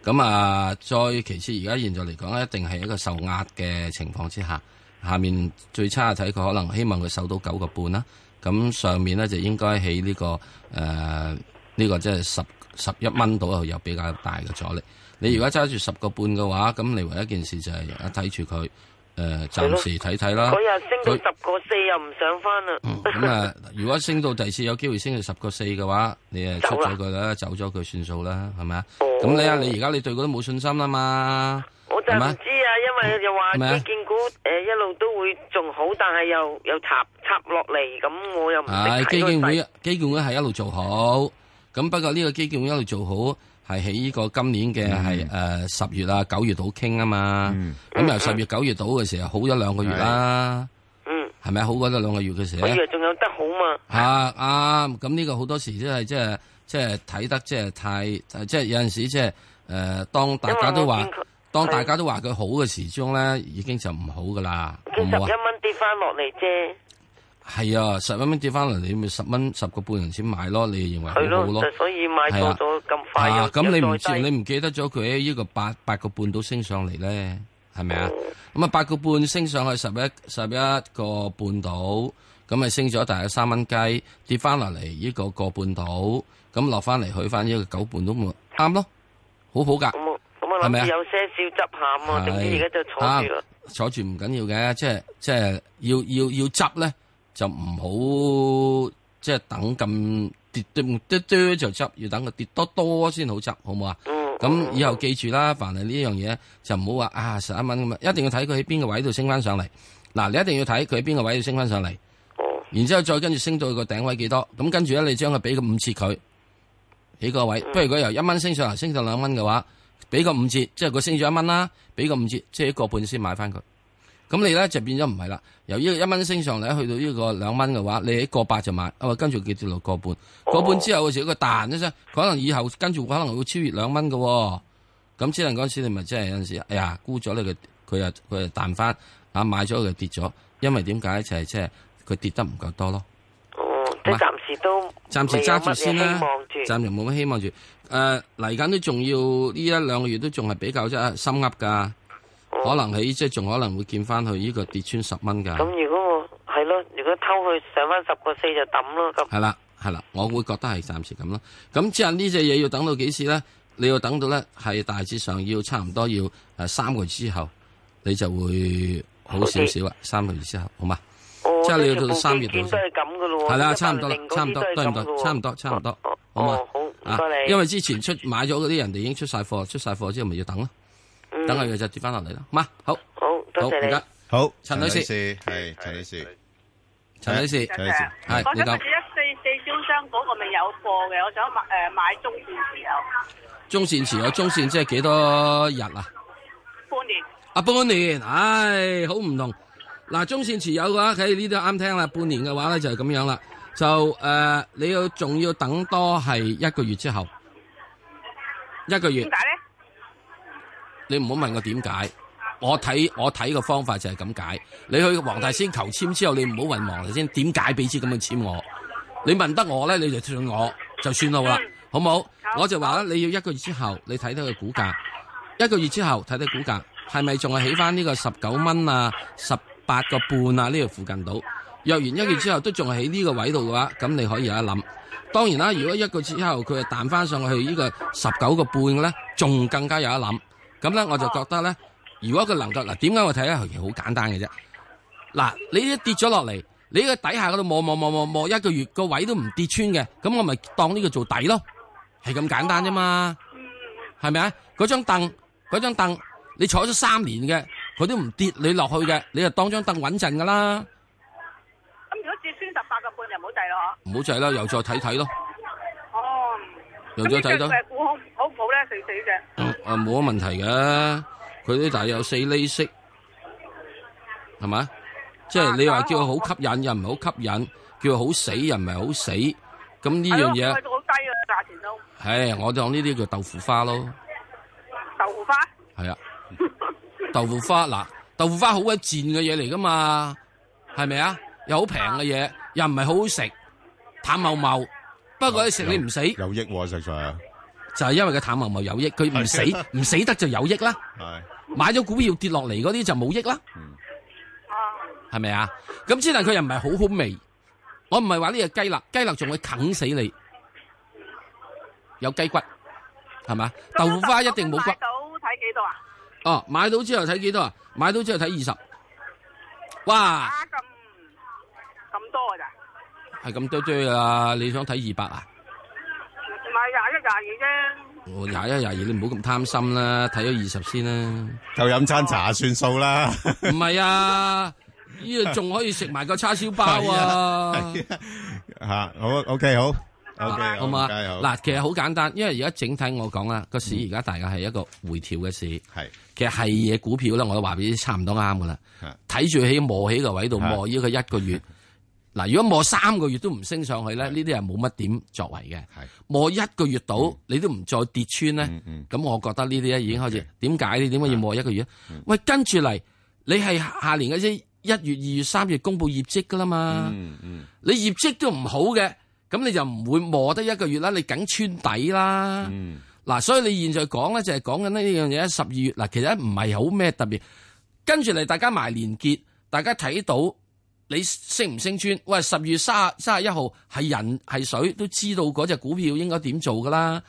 S2: 咁啊，再其次，而家現在嚟講咧，一定係一個受壓嘅情況之下，下面最差睇佢可能希望佢守到九個半啦。咁上面咧就應該喺呢、個誒呢、個即係十十一蚊度有比較大嘅阻力。你如果揸住十個半嘅話，咁你唯一一件事就係啊睇住佢誒，
S13: 係
S2: 暫
S13: 咯
S2: 時睇睇啦。
S13: 嗰日升到
S2: 啊佢
S13: 十個四又唔上翻啦。
S2: 咁啊，如果升到第四有機會升到十個四嘅話，你誒出
S13: 走啦哦
S2: 咗佢啦，走咗佢算數啦，係咪啊？咁你啊，你而家你對佢都冇信心啦嘛，
S13: 我就
S2: 係
S13: 唔
S2: 咪？
S13: 知啊，因為又話
S2: 係咪啊
S13: 基建股誒一路都會仲好，但係又又插插落嚟，咁我又唔識
S2: 係
S13: 嗯睇
S2: 基建
S13: 嗰個勢
S2: 會，基建會係一路做好。咁不過呢個基建會一路做好，係喺呢個今年嘅係誒十月啊九月度傾啊嘛。咁由十月九月度嘅時候好咗兩個月啦，
S13: 嗯，
S2: 係咪好咗兩個月嘅時候
S13: 我
S2: 呢
S13: 以為仲有得好嘛。
S2: 啊啱，咁呢個好多時即係即係即係睇得即係太，即係有陣時即係誒，當大家都
S13: 因
S2: 話
S13: 為我見佢，
S2: 當大家都話佢好嘅時鐘咧，已經就唔好噶啦，好
S13: 佢
S2: 唔
S13: 十
S2: 好啊
S13: 一？蚊跌翻落嚟啫，
S2: 係啊，十蚊跌翻嚟，你咪十蚊十個半人錢買咯，你認為
S13: 係
S2: 好好
S13: 咯，
S2: 咯
S13: 就？所以買
S2: 係
S13: 錯
S2: 啊
S13: 咗咁快
S2: 啊
S13: 又，
S2: 咁你
S13: 又
S2: 唔
S13: 再
S2: 知
S13: 低
S2: 你唔記得咗佢喺呢個八八個半到升上嚟咧，係咪啊？咁啊八個半升上去十一十一個半到，咁啊升咗大約三蚊雞，跌翻落嚟呢個個半到，咁落翻嚟去翻呢個九半都冇啱咯，好好噶，
S13: 咁我
S2: 係咪
S13: 諗
S2: 啊
S13: 住有些少執下嘛，總之啊而家就坐住
S2: 啱
S13: 啦。
S2: 啊坐住唔緊要嘅，即係即係要要要執咧，就唔好即係等咁跌跌跌跌就執，要等佢跌多多先好執，好唔好啊？
S13: 嗯
S2: 咁以後記住啦，凡係呢樣嘢就唔好話啊十一蚊咁啊，一定要睇佢喺邊個位度升翻上嚟。嗱，你一定要睇佢喺邊個位度升翻上嚟，
S13: 哦
S2: 然之後再跟住升到個頂位幾多，咁跟住咧你將佢俾個五折佢，俾個
S13: 嗯
S2: 位。不如佢由一蚊升上嚟，升到兩蚊嘅話，俾個五折，即係佢升咗一蚊啦，俾個五折，即係一個半先買翻佢。咁你咧就變咗唔係啦，由呢個一蚊升上嚟，去到呢個兩蚊嘅話，你喺個八就買，啊跟住佢跌落個半，個半之後嘅時候佢彈一聲，可能以後跟住可能會超越兩蚊嘅喎，咁只能嗰陣時你咪即係有陣時，哎呀沽咗你佢，佢又佢又彈翻，啊買咗佢又跌咗，因為點解就係即係佢跌得唔夠多咯。
S13: 即係暫時都
S2: 暫時揸住先啦
S13: 未有乜嘢，希望
S2: 暫
S13: 住。
S2: 時冇乜希望住。誒嚟緊都仲要呢一兩個月都仲係比較即係啊心噏㗎，
S13: 哦
S2: 可能喺即係仲可能會見翻去呢個跌穿十蚊㗎。
S13: 咁如果我係咯，如果偷佢上翻十個四就抌咯咁。
S2: 係啦，係啦，我會覺得係暫時咁咯。咁之後呢只嘢要等到幾時咧？你要等到咧係大致上要差唔多要誒三個月之後，你就會好少少啊。三個月之後，好嘛？
S13: 哦
S2: 即係你要
S13: 即
S2: 到
S13: 部
S2: 三月
S13: 基建
S2: 度
S13: 都係咁噶咯喎。
S2: 係啦，
S13: 一百
S2: 差唔多啦
S13: 零，嗰啲
S2: 差唔多，
S13: 都
S2: 對
S13: 係咁
S2: 唔
S13: 㗎
S2: 對？
S13: 喎
S2: 差唔多，差唔多，好嘛
S13: 哦，好，唔
S2: 啊
S13: 該你。
S2: 因為之前出買咗嗰啲人哋已經出晒貨，出晒貨之後咪要等咯，等佢就跌翻落嚟啦。嘛，好，
S13: 好，
S2: 好，
S13: 嗯多謝
S2: 唔
S13: 你
S2: 該。
S1: 好，
S2: 陳女士，
S1: 係陳女士，
S2: 陳女士，
S13: 嗯
S1: 陳女士，
S2: 係
S11: 我
S2: 你
S11: 想問你
S2: 講
S11: 一四四招商嗰個咪有貨嘅，我想買誒買中線持有
S2: 中線持有中線即係幾多日啊？
S11: 半年。
S2: 啊，半年，唉，好唔同。嗱，中線持有嘅話，喺呢度啱聽啦。半年嘅話咧就係咁樣啦，就誒、呃你要仲要等多係一個月之後，一個月
S11: 點。解咧？
S2: 你唔好問我點解，我睇我睇嘅方法就係咁解。你去黃大仙求簽之後，你唔好問黃大仙點解俾支咁嘅簽我。你問得我咧，你就信我就算好啦，好冇？我就話啦，你要一個月之後，你睇睇佢股價，一個月之後睇睇股價係咪仲係起翻呢個十九蚊啊、十八個半啊呢度附近度？若然一個月之後都仲係喺呢個位度嘅話，咁你可以有一諗。當然啦，如果一個之後佢係彈翻上去呢個十九個半嘅咧，仲更加有一諗。咁咧我就覺得咧，如果佢能夠嗱，點解我睇咧？其實好簡單嘅啫。嗱，你一跌咗落嚟，你喺個底下嗰度摸摸摸摸摸一個月個位都唔跌穿嘅，咁我咪當呢個做底咯，係咁簡單啫嘛，係咪啊？嗰張凳，嗰張凳，你坐咗三年嘅，佢都唔跌你落去嘅，你就當張凳穩陣噶啦，
S11: 咁如果跌穿十八個半就唔好制咯，
S2: 唔好制啦，又再睇睇咯，
S11: 嗬。哦。
S2: 又再睇睇。
S11: 咁呢只股好唔好唔好咧？四四隻。
S2: 啊冇乜問題嘅，佢啲大約有四厘息，係咪？即係你話叫佢好吸引又唔係好吸引，叫佢好死又唔係好死，咁呢樣
S11: 係咯
S2: 嘢
S11: 去，到好低啊，價錢都
S2: 唉，我當呢啲叫豆腐花咯，
S11: 豆腐花。
S2: 係啊，豆腐花嗱，豆腐花好鬼賤嘅嘢嚟噶嘛，係咪啊？又好平嘅嘢，又唔係好好食，淡茂茂。不過一食你唔死，
S1: 有益喎食上，
S2: 就係因為個淡茂茂有益，佢唔死
S1: 係
S2: 唔死得就有益啦。
S1: 係
S2: 買咗股票跌落嚟嗰啲就冇益啦。係咪啊？咁之但佢又唔係好好味，我唔係話呢只雞肋，雞肋仲會啃死你，有雞骨係嘛？豆腐花一定冇骨。
S14: 到睇幾多啊？
S2: 哦，買到之後睇幾多啊？買到之後睇二十。哇，
S14: 啊咁咁多㗎咋？
S2: 係咁多堆啊！你想睇二百啊？
S14: 唔係廿一廿二啫。
S2: 我哦廿一廿二，你唔好咁貪心啦，睇咗二十先啦。
S1: 夠飲餐茶算數啦。
S2: 唔係啊，呢度仲可以食埋個叉燒包 啊！
S1: 吓，好，OK，好，OK，
S2: 好嗯嘛？
S1: 唔該好
S2: 嗱，其實好簡單，因為而家整體我講啦，個市而家大概係一個回調嘅市。
S1: 係，
S2: 其實係嘢股票咧，我都話俾你知差唔多啱噶啦。睇住起磨起個位度
S1: 係
S2: 磨呢個一個 月。嗱，如果磨三個月都唔升上去咧，呢啲係冇乜點作為嘅。磨一個月到，你都唔再跌穿咧，
S1: 嗯
S2: 咁我覺得呢啲咧已經開始。點解你點解要磨一個月？喂，跟住嚟，你係下年嘅啫，一月、二月、三月公佈業績噶啦嘛。
S1: 嗯
S2: 你業績都唔好嘅，咁你就唔會磨得一個月啦，你梗穿底啦。
S1: 嗯
S2: 嗱、所以你現在講咧就係講緊呢樣嘢，十二月嗱，其實唔係好咩特別。跟住嚟大家埋連結，大家睇到你升唔升穿？喂，十二月三三十一號係人係水都知道嗰只股票應該點做噶啦。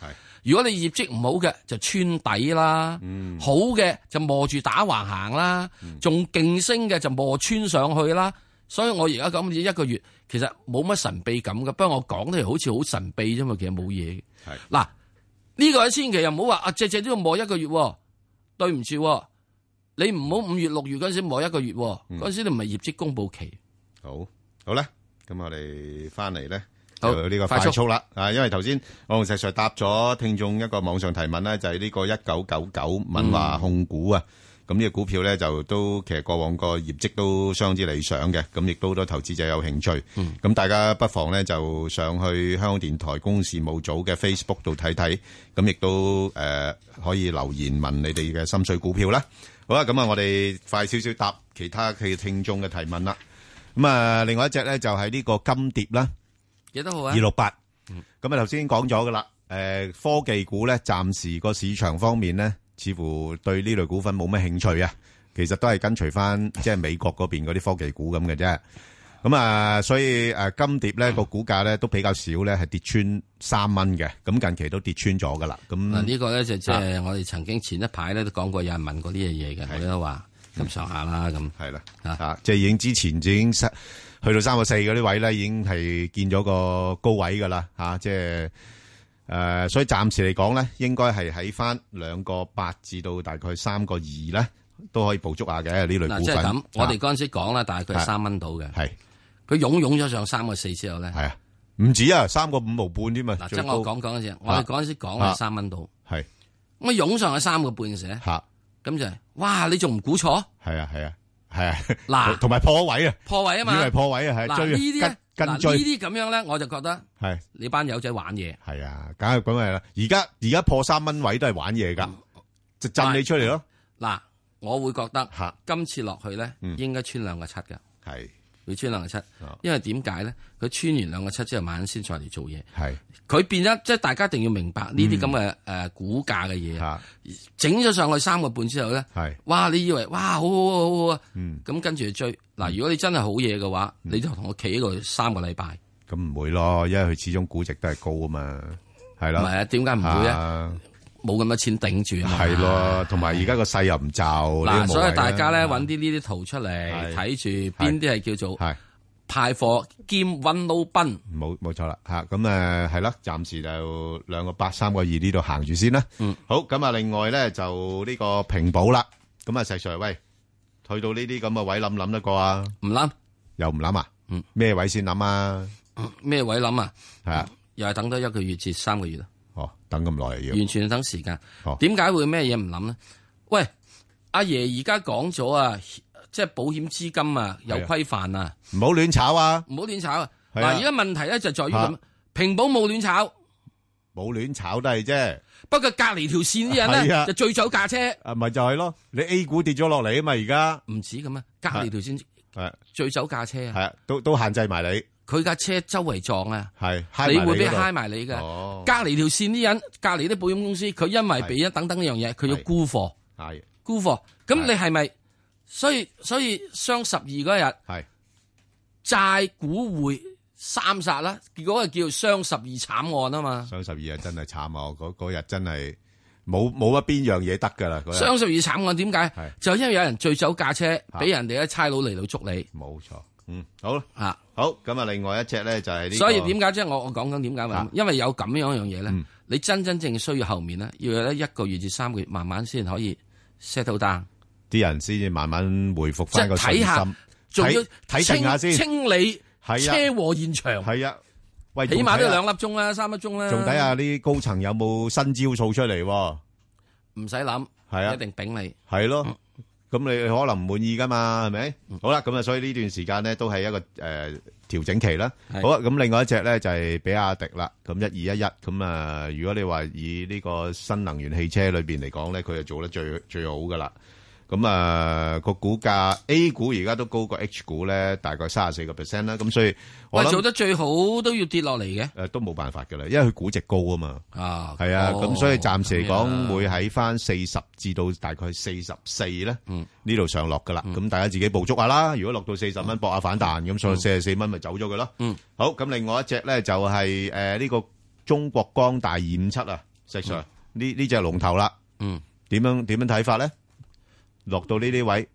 S2: 如果你業績唔好嘅，就穿底啦；好嘅就磨住打橫行啦，仲勁升嘅就磨穿上去啦。所以我而家咁一個月，其實冇乜神秘感嘅。不過我講得嚟好似好神秘啫嘛，其實冇嘢嘅。嗱，呢、個千祈又唔好話啊，隻隻都要磨一個月、喎。對唔住、喎，你唔好五月六月嗰陣時磨一個月、喎，
S1: 嗯
S2: 嗰陣時你唔係業績公佈期。
S1: 好，好啦，咁我哋翻嚟咧。
S2: 好
S1: 就呢個
S2: 快
S1: 快
S2: 速
S1: 速啦，啊，因為頭先我同石 Sir 答咗聽眾一個網上提問咧，就係呢個一九九九敏華控股啊，咁呢個股票咧就都其實過往個業績都相當之理想嘅，咁亦都好多投資者有興趣，咁大家不妨咧就上去香港電台公事務組嘅 Facebook 度睇睇，咁亦都誒可以留言問你哋嘅心水股票啦。好啦，咁啊，我哋快少少答其他嘅聽眾嘅提問啦。咁啊，另外一隻咧就係呢個金蝶啦。
S2: 幾多號啊？
S1: 二六八。咁啊，頭先講咗噶啦。誒，科技股咧，暫時個市場方面咧，似乎對呢類股份冇乜興趣啊。其實都係跟隨翻即係美國嗰邊嗰啲科技股咁嘅啫。咁啊，所以誒金蝶咧個股價咧都比較少咧，係跌穿三蚊嘅。咁近期都跌穿咗噶啦。咁
S2: 嗱呢個咧就即
S1: 啊
S2: 係我哋曾經前一排咧都講過，有人問過呢樣嘢嘅，我都話咁上下啦，咁
S1: 係啦，啊，即係已經之前已經失去到三個四嗰啲位咧，已經係見咗個高位噶啦，吓、即係诶、呃所以暫時嚟講咧，應該係喺翻兩個八至到大概三個二咧，都可以捕捉下嘅呢類
S2: 嗱
S1: 股
S2: 即
S1: 份。
S2: 係咁，我哋
S1: 啊
S2: 嗰陣時講啦，大概係
S1: 係
S2: 三蚊到嘅，
S1: 係
S2: 佢湧湧咗上三個四之後咧，
S1: 係啊，唔止啊，三個五毫半添啊，
S2: 嗱即
S1: 最
S2: 係
S1: 高
S2: 我講講嗰陣時，我哋嗰陣時講
S1: 啊
S2: 係三蚊到，咁
S1: 係
S2: 啊湧上去三個半嘅時咧，
S1: 吓
S2: 咁就係哇你仲唔估錯
S1: 係啊係啊係啊，
S2: 嗱
S1: 同埋破位啊，
S2: 破位啊嘛？
S1: 以為破位啊，係
S2: 嗱呢
S1: 追
S2: 啲呢
S1: 跟跟
S2: 嗱呢
S1: 追
S2: 啲咁樣咧，我就覺得
S1: 係。
S2: 你班友仔玩嘢，
S1: 系啊，梗係咁係啦。而家而家破三蚊位都係玩嘢㗎，就震你出嚟咯。
S2: 嗱我會覺得今次落去咧應該穿兩個七嘅，
S1: 係
S2: 會穿兩個七，因為點解咧？佢穿完兩個七之後，晚上先再嚟做嘢。
S1: 係
S2: 佢變咗，即係大家一定要明白呢啲咁嘅誒股價嘅嘢，整咗上去三個半之後咧，
S1: 係
S2: 哇！你以為哇好好好好啊，咁跟住去追嗱。如果你真係好嘢嘅話，你就同我企喺度三個禮拜，
S1: 咁唔會咯，因為佢始終估值都係高啊嘛，係啦。
S2: 唔係啊點解唔會
S1: 啊？
S2: 冇咁多錢頂住啊嘛。
S1: 係咯，同埋而家個勢又唔就
S2: 嗱，所以大家咧揾啲呢啲圖出嚟
S1: 係
S2: 睇住邊啲係叫做派貨兼温撈賓。
S1: 冇冇錯啦吓，咁誒係啦，暫時就兩個八三個二呢度行住先啦。嗯，好咁啊，另外咧就呢個平保啦，咁啊石 Sir 喂，去到呢啲咁嘅位諗唔諗得過啊？
S2: 唔諗，
S1: 又唔諗啊？
S2: 嗯，
S1: 咩位先諗啊？
S2: 咩位諗啊？
S1: 係啊，
S2: 又係等多一個月至三個月啦。
S1: 哦，等咁耐又要
S2: 完全等時間
S1: 哦。
S2: 點解會咩嘢唔諗呢？喂，阿爺而家講咗啊，即係保險資金啊有
S1: 係啊
S2: 規範啊，
S1: 唔好亂炒啊！
S2: 唔好亂炒啊。
S1: 係啊
S2: 嗱，而家問題咧就在於
S1: 嚇
S2: 咁，平保冇亂炒，
S1: 冇亂炒低啫。
S2: 不過隔離條線啲人
S1: 係啊
S2: 咧就醉酒駕車，
S1: 啊，咪就係咯，你 A 股跌咗落嚟啊嘛，而家
S2: 唔止咁啊，隔離條線
S1: 係
S2: 醉酒駕車
S1: 係
S2: 啊，
S1: 啊，都都限制埋你，
S2: 佢架車周圍撞啊，
S1: 係
S2: 你會俾揩
S1: 揩
S2: 埋你嘅。
S1: 哦
S2: 隔離條線啲人，隔離啲保險公司，佢因為俾一等等一樣嘢，佢要沽貨，
S1: 係
S2: 沽貨。咁你係咪？所以所以雙十二嗰日
S1: 係
S2: 債股匯三殺啦，結果係叫雙十二慘案啊嘛。
S1: 雙十二啊，真係慘啊！嗰嗰日真係冇冇乜邊樣嘢得㗎啦，嗰日
S2: 雙十二慘案點解？就因為有人醉酒駕車，
S1: 啊
S2: 俾人哋一差佬嚟到捉你。
S1: 冇錯，嗯，好啦，
S2: 啊，
S1: 好，咁啊，另外一隻咧就係呢個，
S2: 所以點解即係我我講緊點解話？因為有咁樣樣嘢咧，你真真正需要後面咧，要有一個月至三個月，慢慢先可以 set 到 down。
S1: 啲人先至慢慢回復
S2: 即
S1: 翻
S2: 係
S1: 個信
S2: 睇下
S1: 心，，
S2: 仲要
S1: 睇睇定下
S2: 清
S1: 先，
S2: 清理
S1: 係啊
S2: 車禍現場，
S1: 係啊，喂，
S2: 起碼都
S1: 仲睇下
S2: 兩粒鐘啦，三粒鐘啦。
S1: 仲睇下啲高層有冇新招數出嚟喎？
S2: 唔使諗，
S1: 係啊
S2: 一定頂你。
S1: 係咯，咁你可能唔滿意噶嘛，係咪？好啦，咁啊，所以呢段時間咧都係一個誒調整期啦。
S2: 係
S1: 好啦，咁另外一隻咧就係比亞迪啦，咁一二一一咁啊，如果你話以呢個新能源汽車裏邊嚟講咧，佢就做得最最好噶啦。咁啊個股價 A 股而家都高過 H 股咧，大概三十四個 percent 啦。咁所以我
S2: 喂，
S1: 諗
S2: 做得最好都要跌落嚟嘅。
S1: 誒都冇辦法㗎啦，因為佢估值高啊嘛。
S2: 啊，
S1: 係啊，咁所以暫時嚟
S2: 咁樣啊
S1: 講，會喺翻四十至到大概四十四咧，
S2: 嗯
S1: 呢度上落噶啦。咁大家自己捕捉下啦。如果落到四十蚊搏下反彈，咁所以四十四蚊咪走咗佢咯。
S2: 嗯，
S1: 好。咁另外一隻咧就係誒呢個中國光大二五七啊，石 Sir 呢呢只龍頭啦。
S2: 嗯，
S1: 點樣點樣睇法咧？落到呢啲位，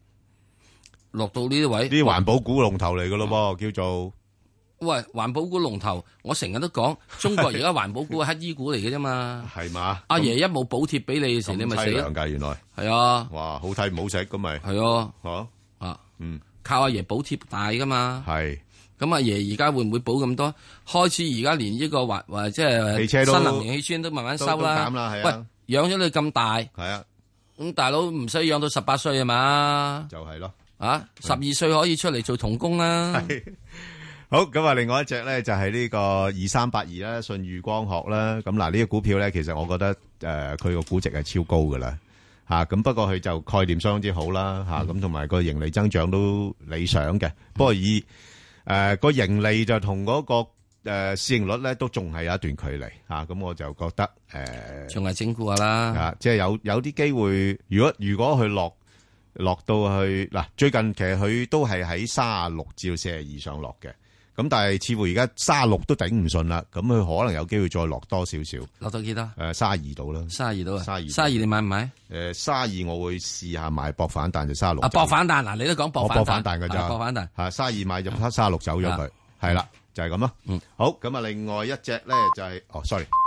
S2: 落到呢啲位，
S1: 啲環保股龍頭嚟噶
S2: 啊
S1: 咯噃，叫做
S2: 喂，環保股龍頭，我成日都講，中國而家環保股係乞衣股嚟嘅 啫嘛。
S1: 係嘛？
S2: 阿爺一冇補貼俾你嘅時，你咪死
S1: 咁淒涼。
S2: 咯
S1: 㗎，原來
S2: 係啊，
S1: 哇，好睇唔好食咁咪
S2: 係啊，
S1: 嚇
S2: 啊，
S1: 嗯，
S2: 靠阿爺補貼大噶嘛。
S1: 係。
S2: 咁阿爺而家會唔會補咁多？開始而家連呢個或或即
S1: 汽
S2: 係
S1: 車都
S2: 新能源汽車都慢慢收啦。
S1: 都都減啦係
S2: 喂
S1: 啊，
S2: 養咗你咁大，
S1: 係啊，
S2: 咁大佬唔使養到十八歲啊嘛？
S1: 就係咯。
S2: 啊，十二歲可以出嚟做童工啦。
S1: 好，咁啊，另外一隻咧就係呢個二三八二啦，舜宇光學啦。咁嗱，呢個股票咧，其實我覺得誒，佢、個估值係超高噶啦，吓、咁不過佢就概念相當之好啦，吓咁同埋個盈利增長都理想嘅。不過以誒個、盈利就同嗰、個誒、市盈率咧都仲係有一段距離吓，咁、我就覺得誒，
S2: 仲係整固下啦。
S1: 啊，即係有有啲機會，如果如果佢落落到去嗱，最近其實佢都係喺三十六至到四十二上落嘅，咁但係似乎而家三十六都頂唔順啦，咁佢可能有機會再落多少少，
S2: 落到幾多？
S1: 誒三十二度啦，
S2: 三十二度啊，
S1: 三十二，
S2: 三十二你買啊唔買？
S1: 誒三十二我會試下買博反彈就三十六，
S2: 啊，博反彈嗱，你都講
S1: 我
S2: 博
S1: 博
S2: 反
S1: 反
S2: 彈
S1: 彈㗎咋，
S2: 啊博反彈。
S1: 嚇三十二買就三十六走咗佢，係啦，就係咁咯，好咁啊，另外一隻咧就係哦，sorry。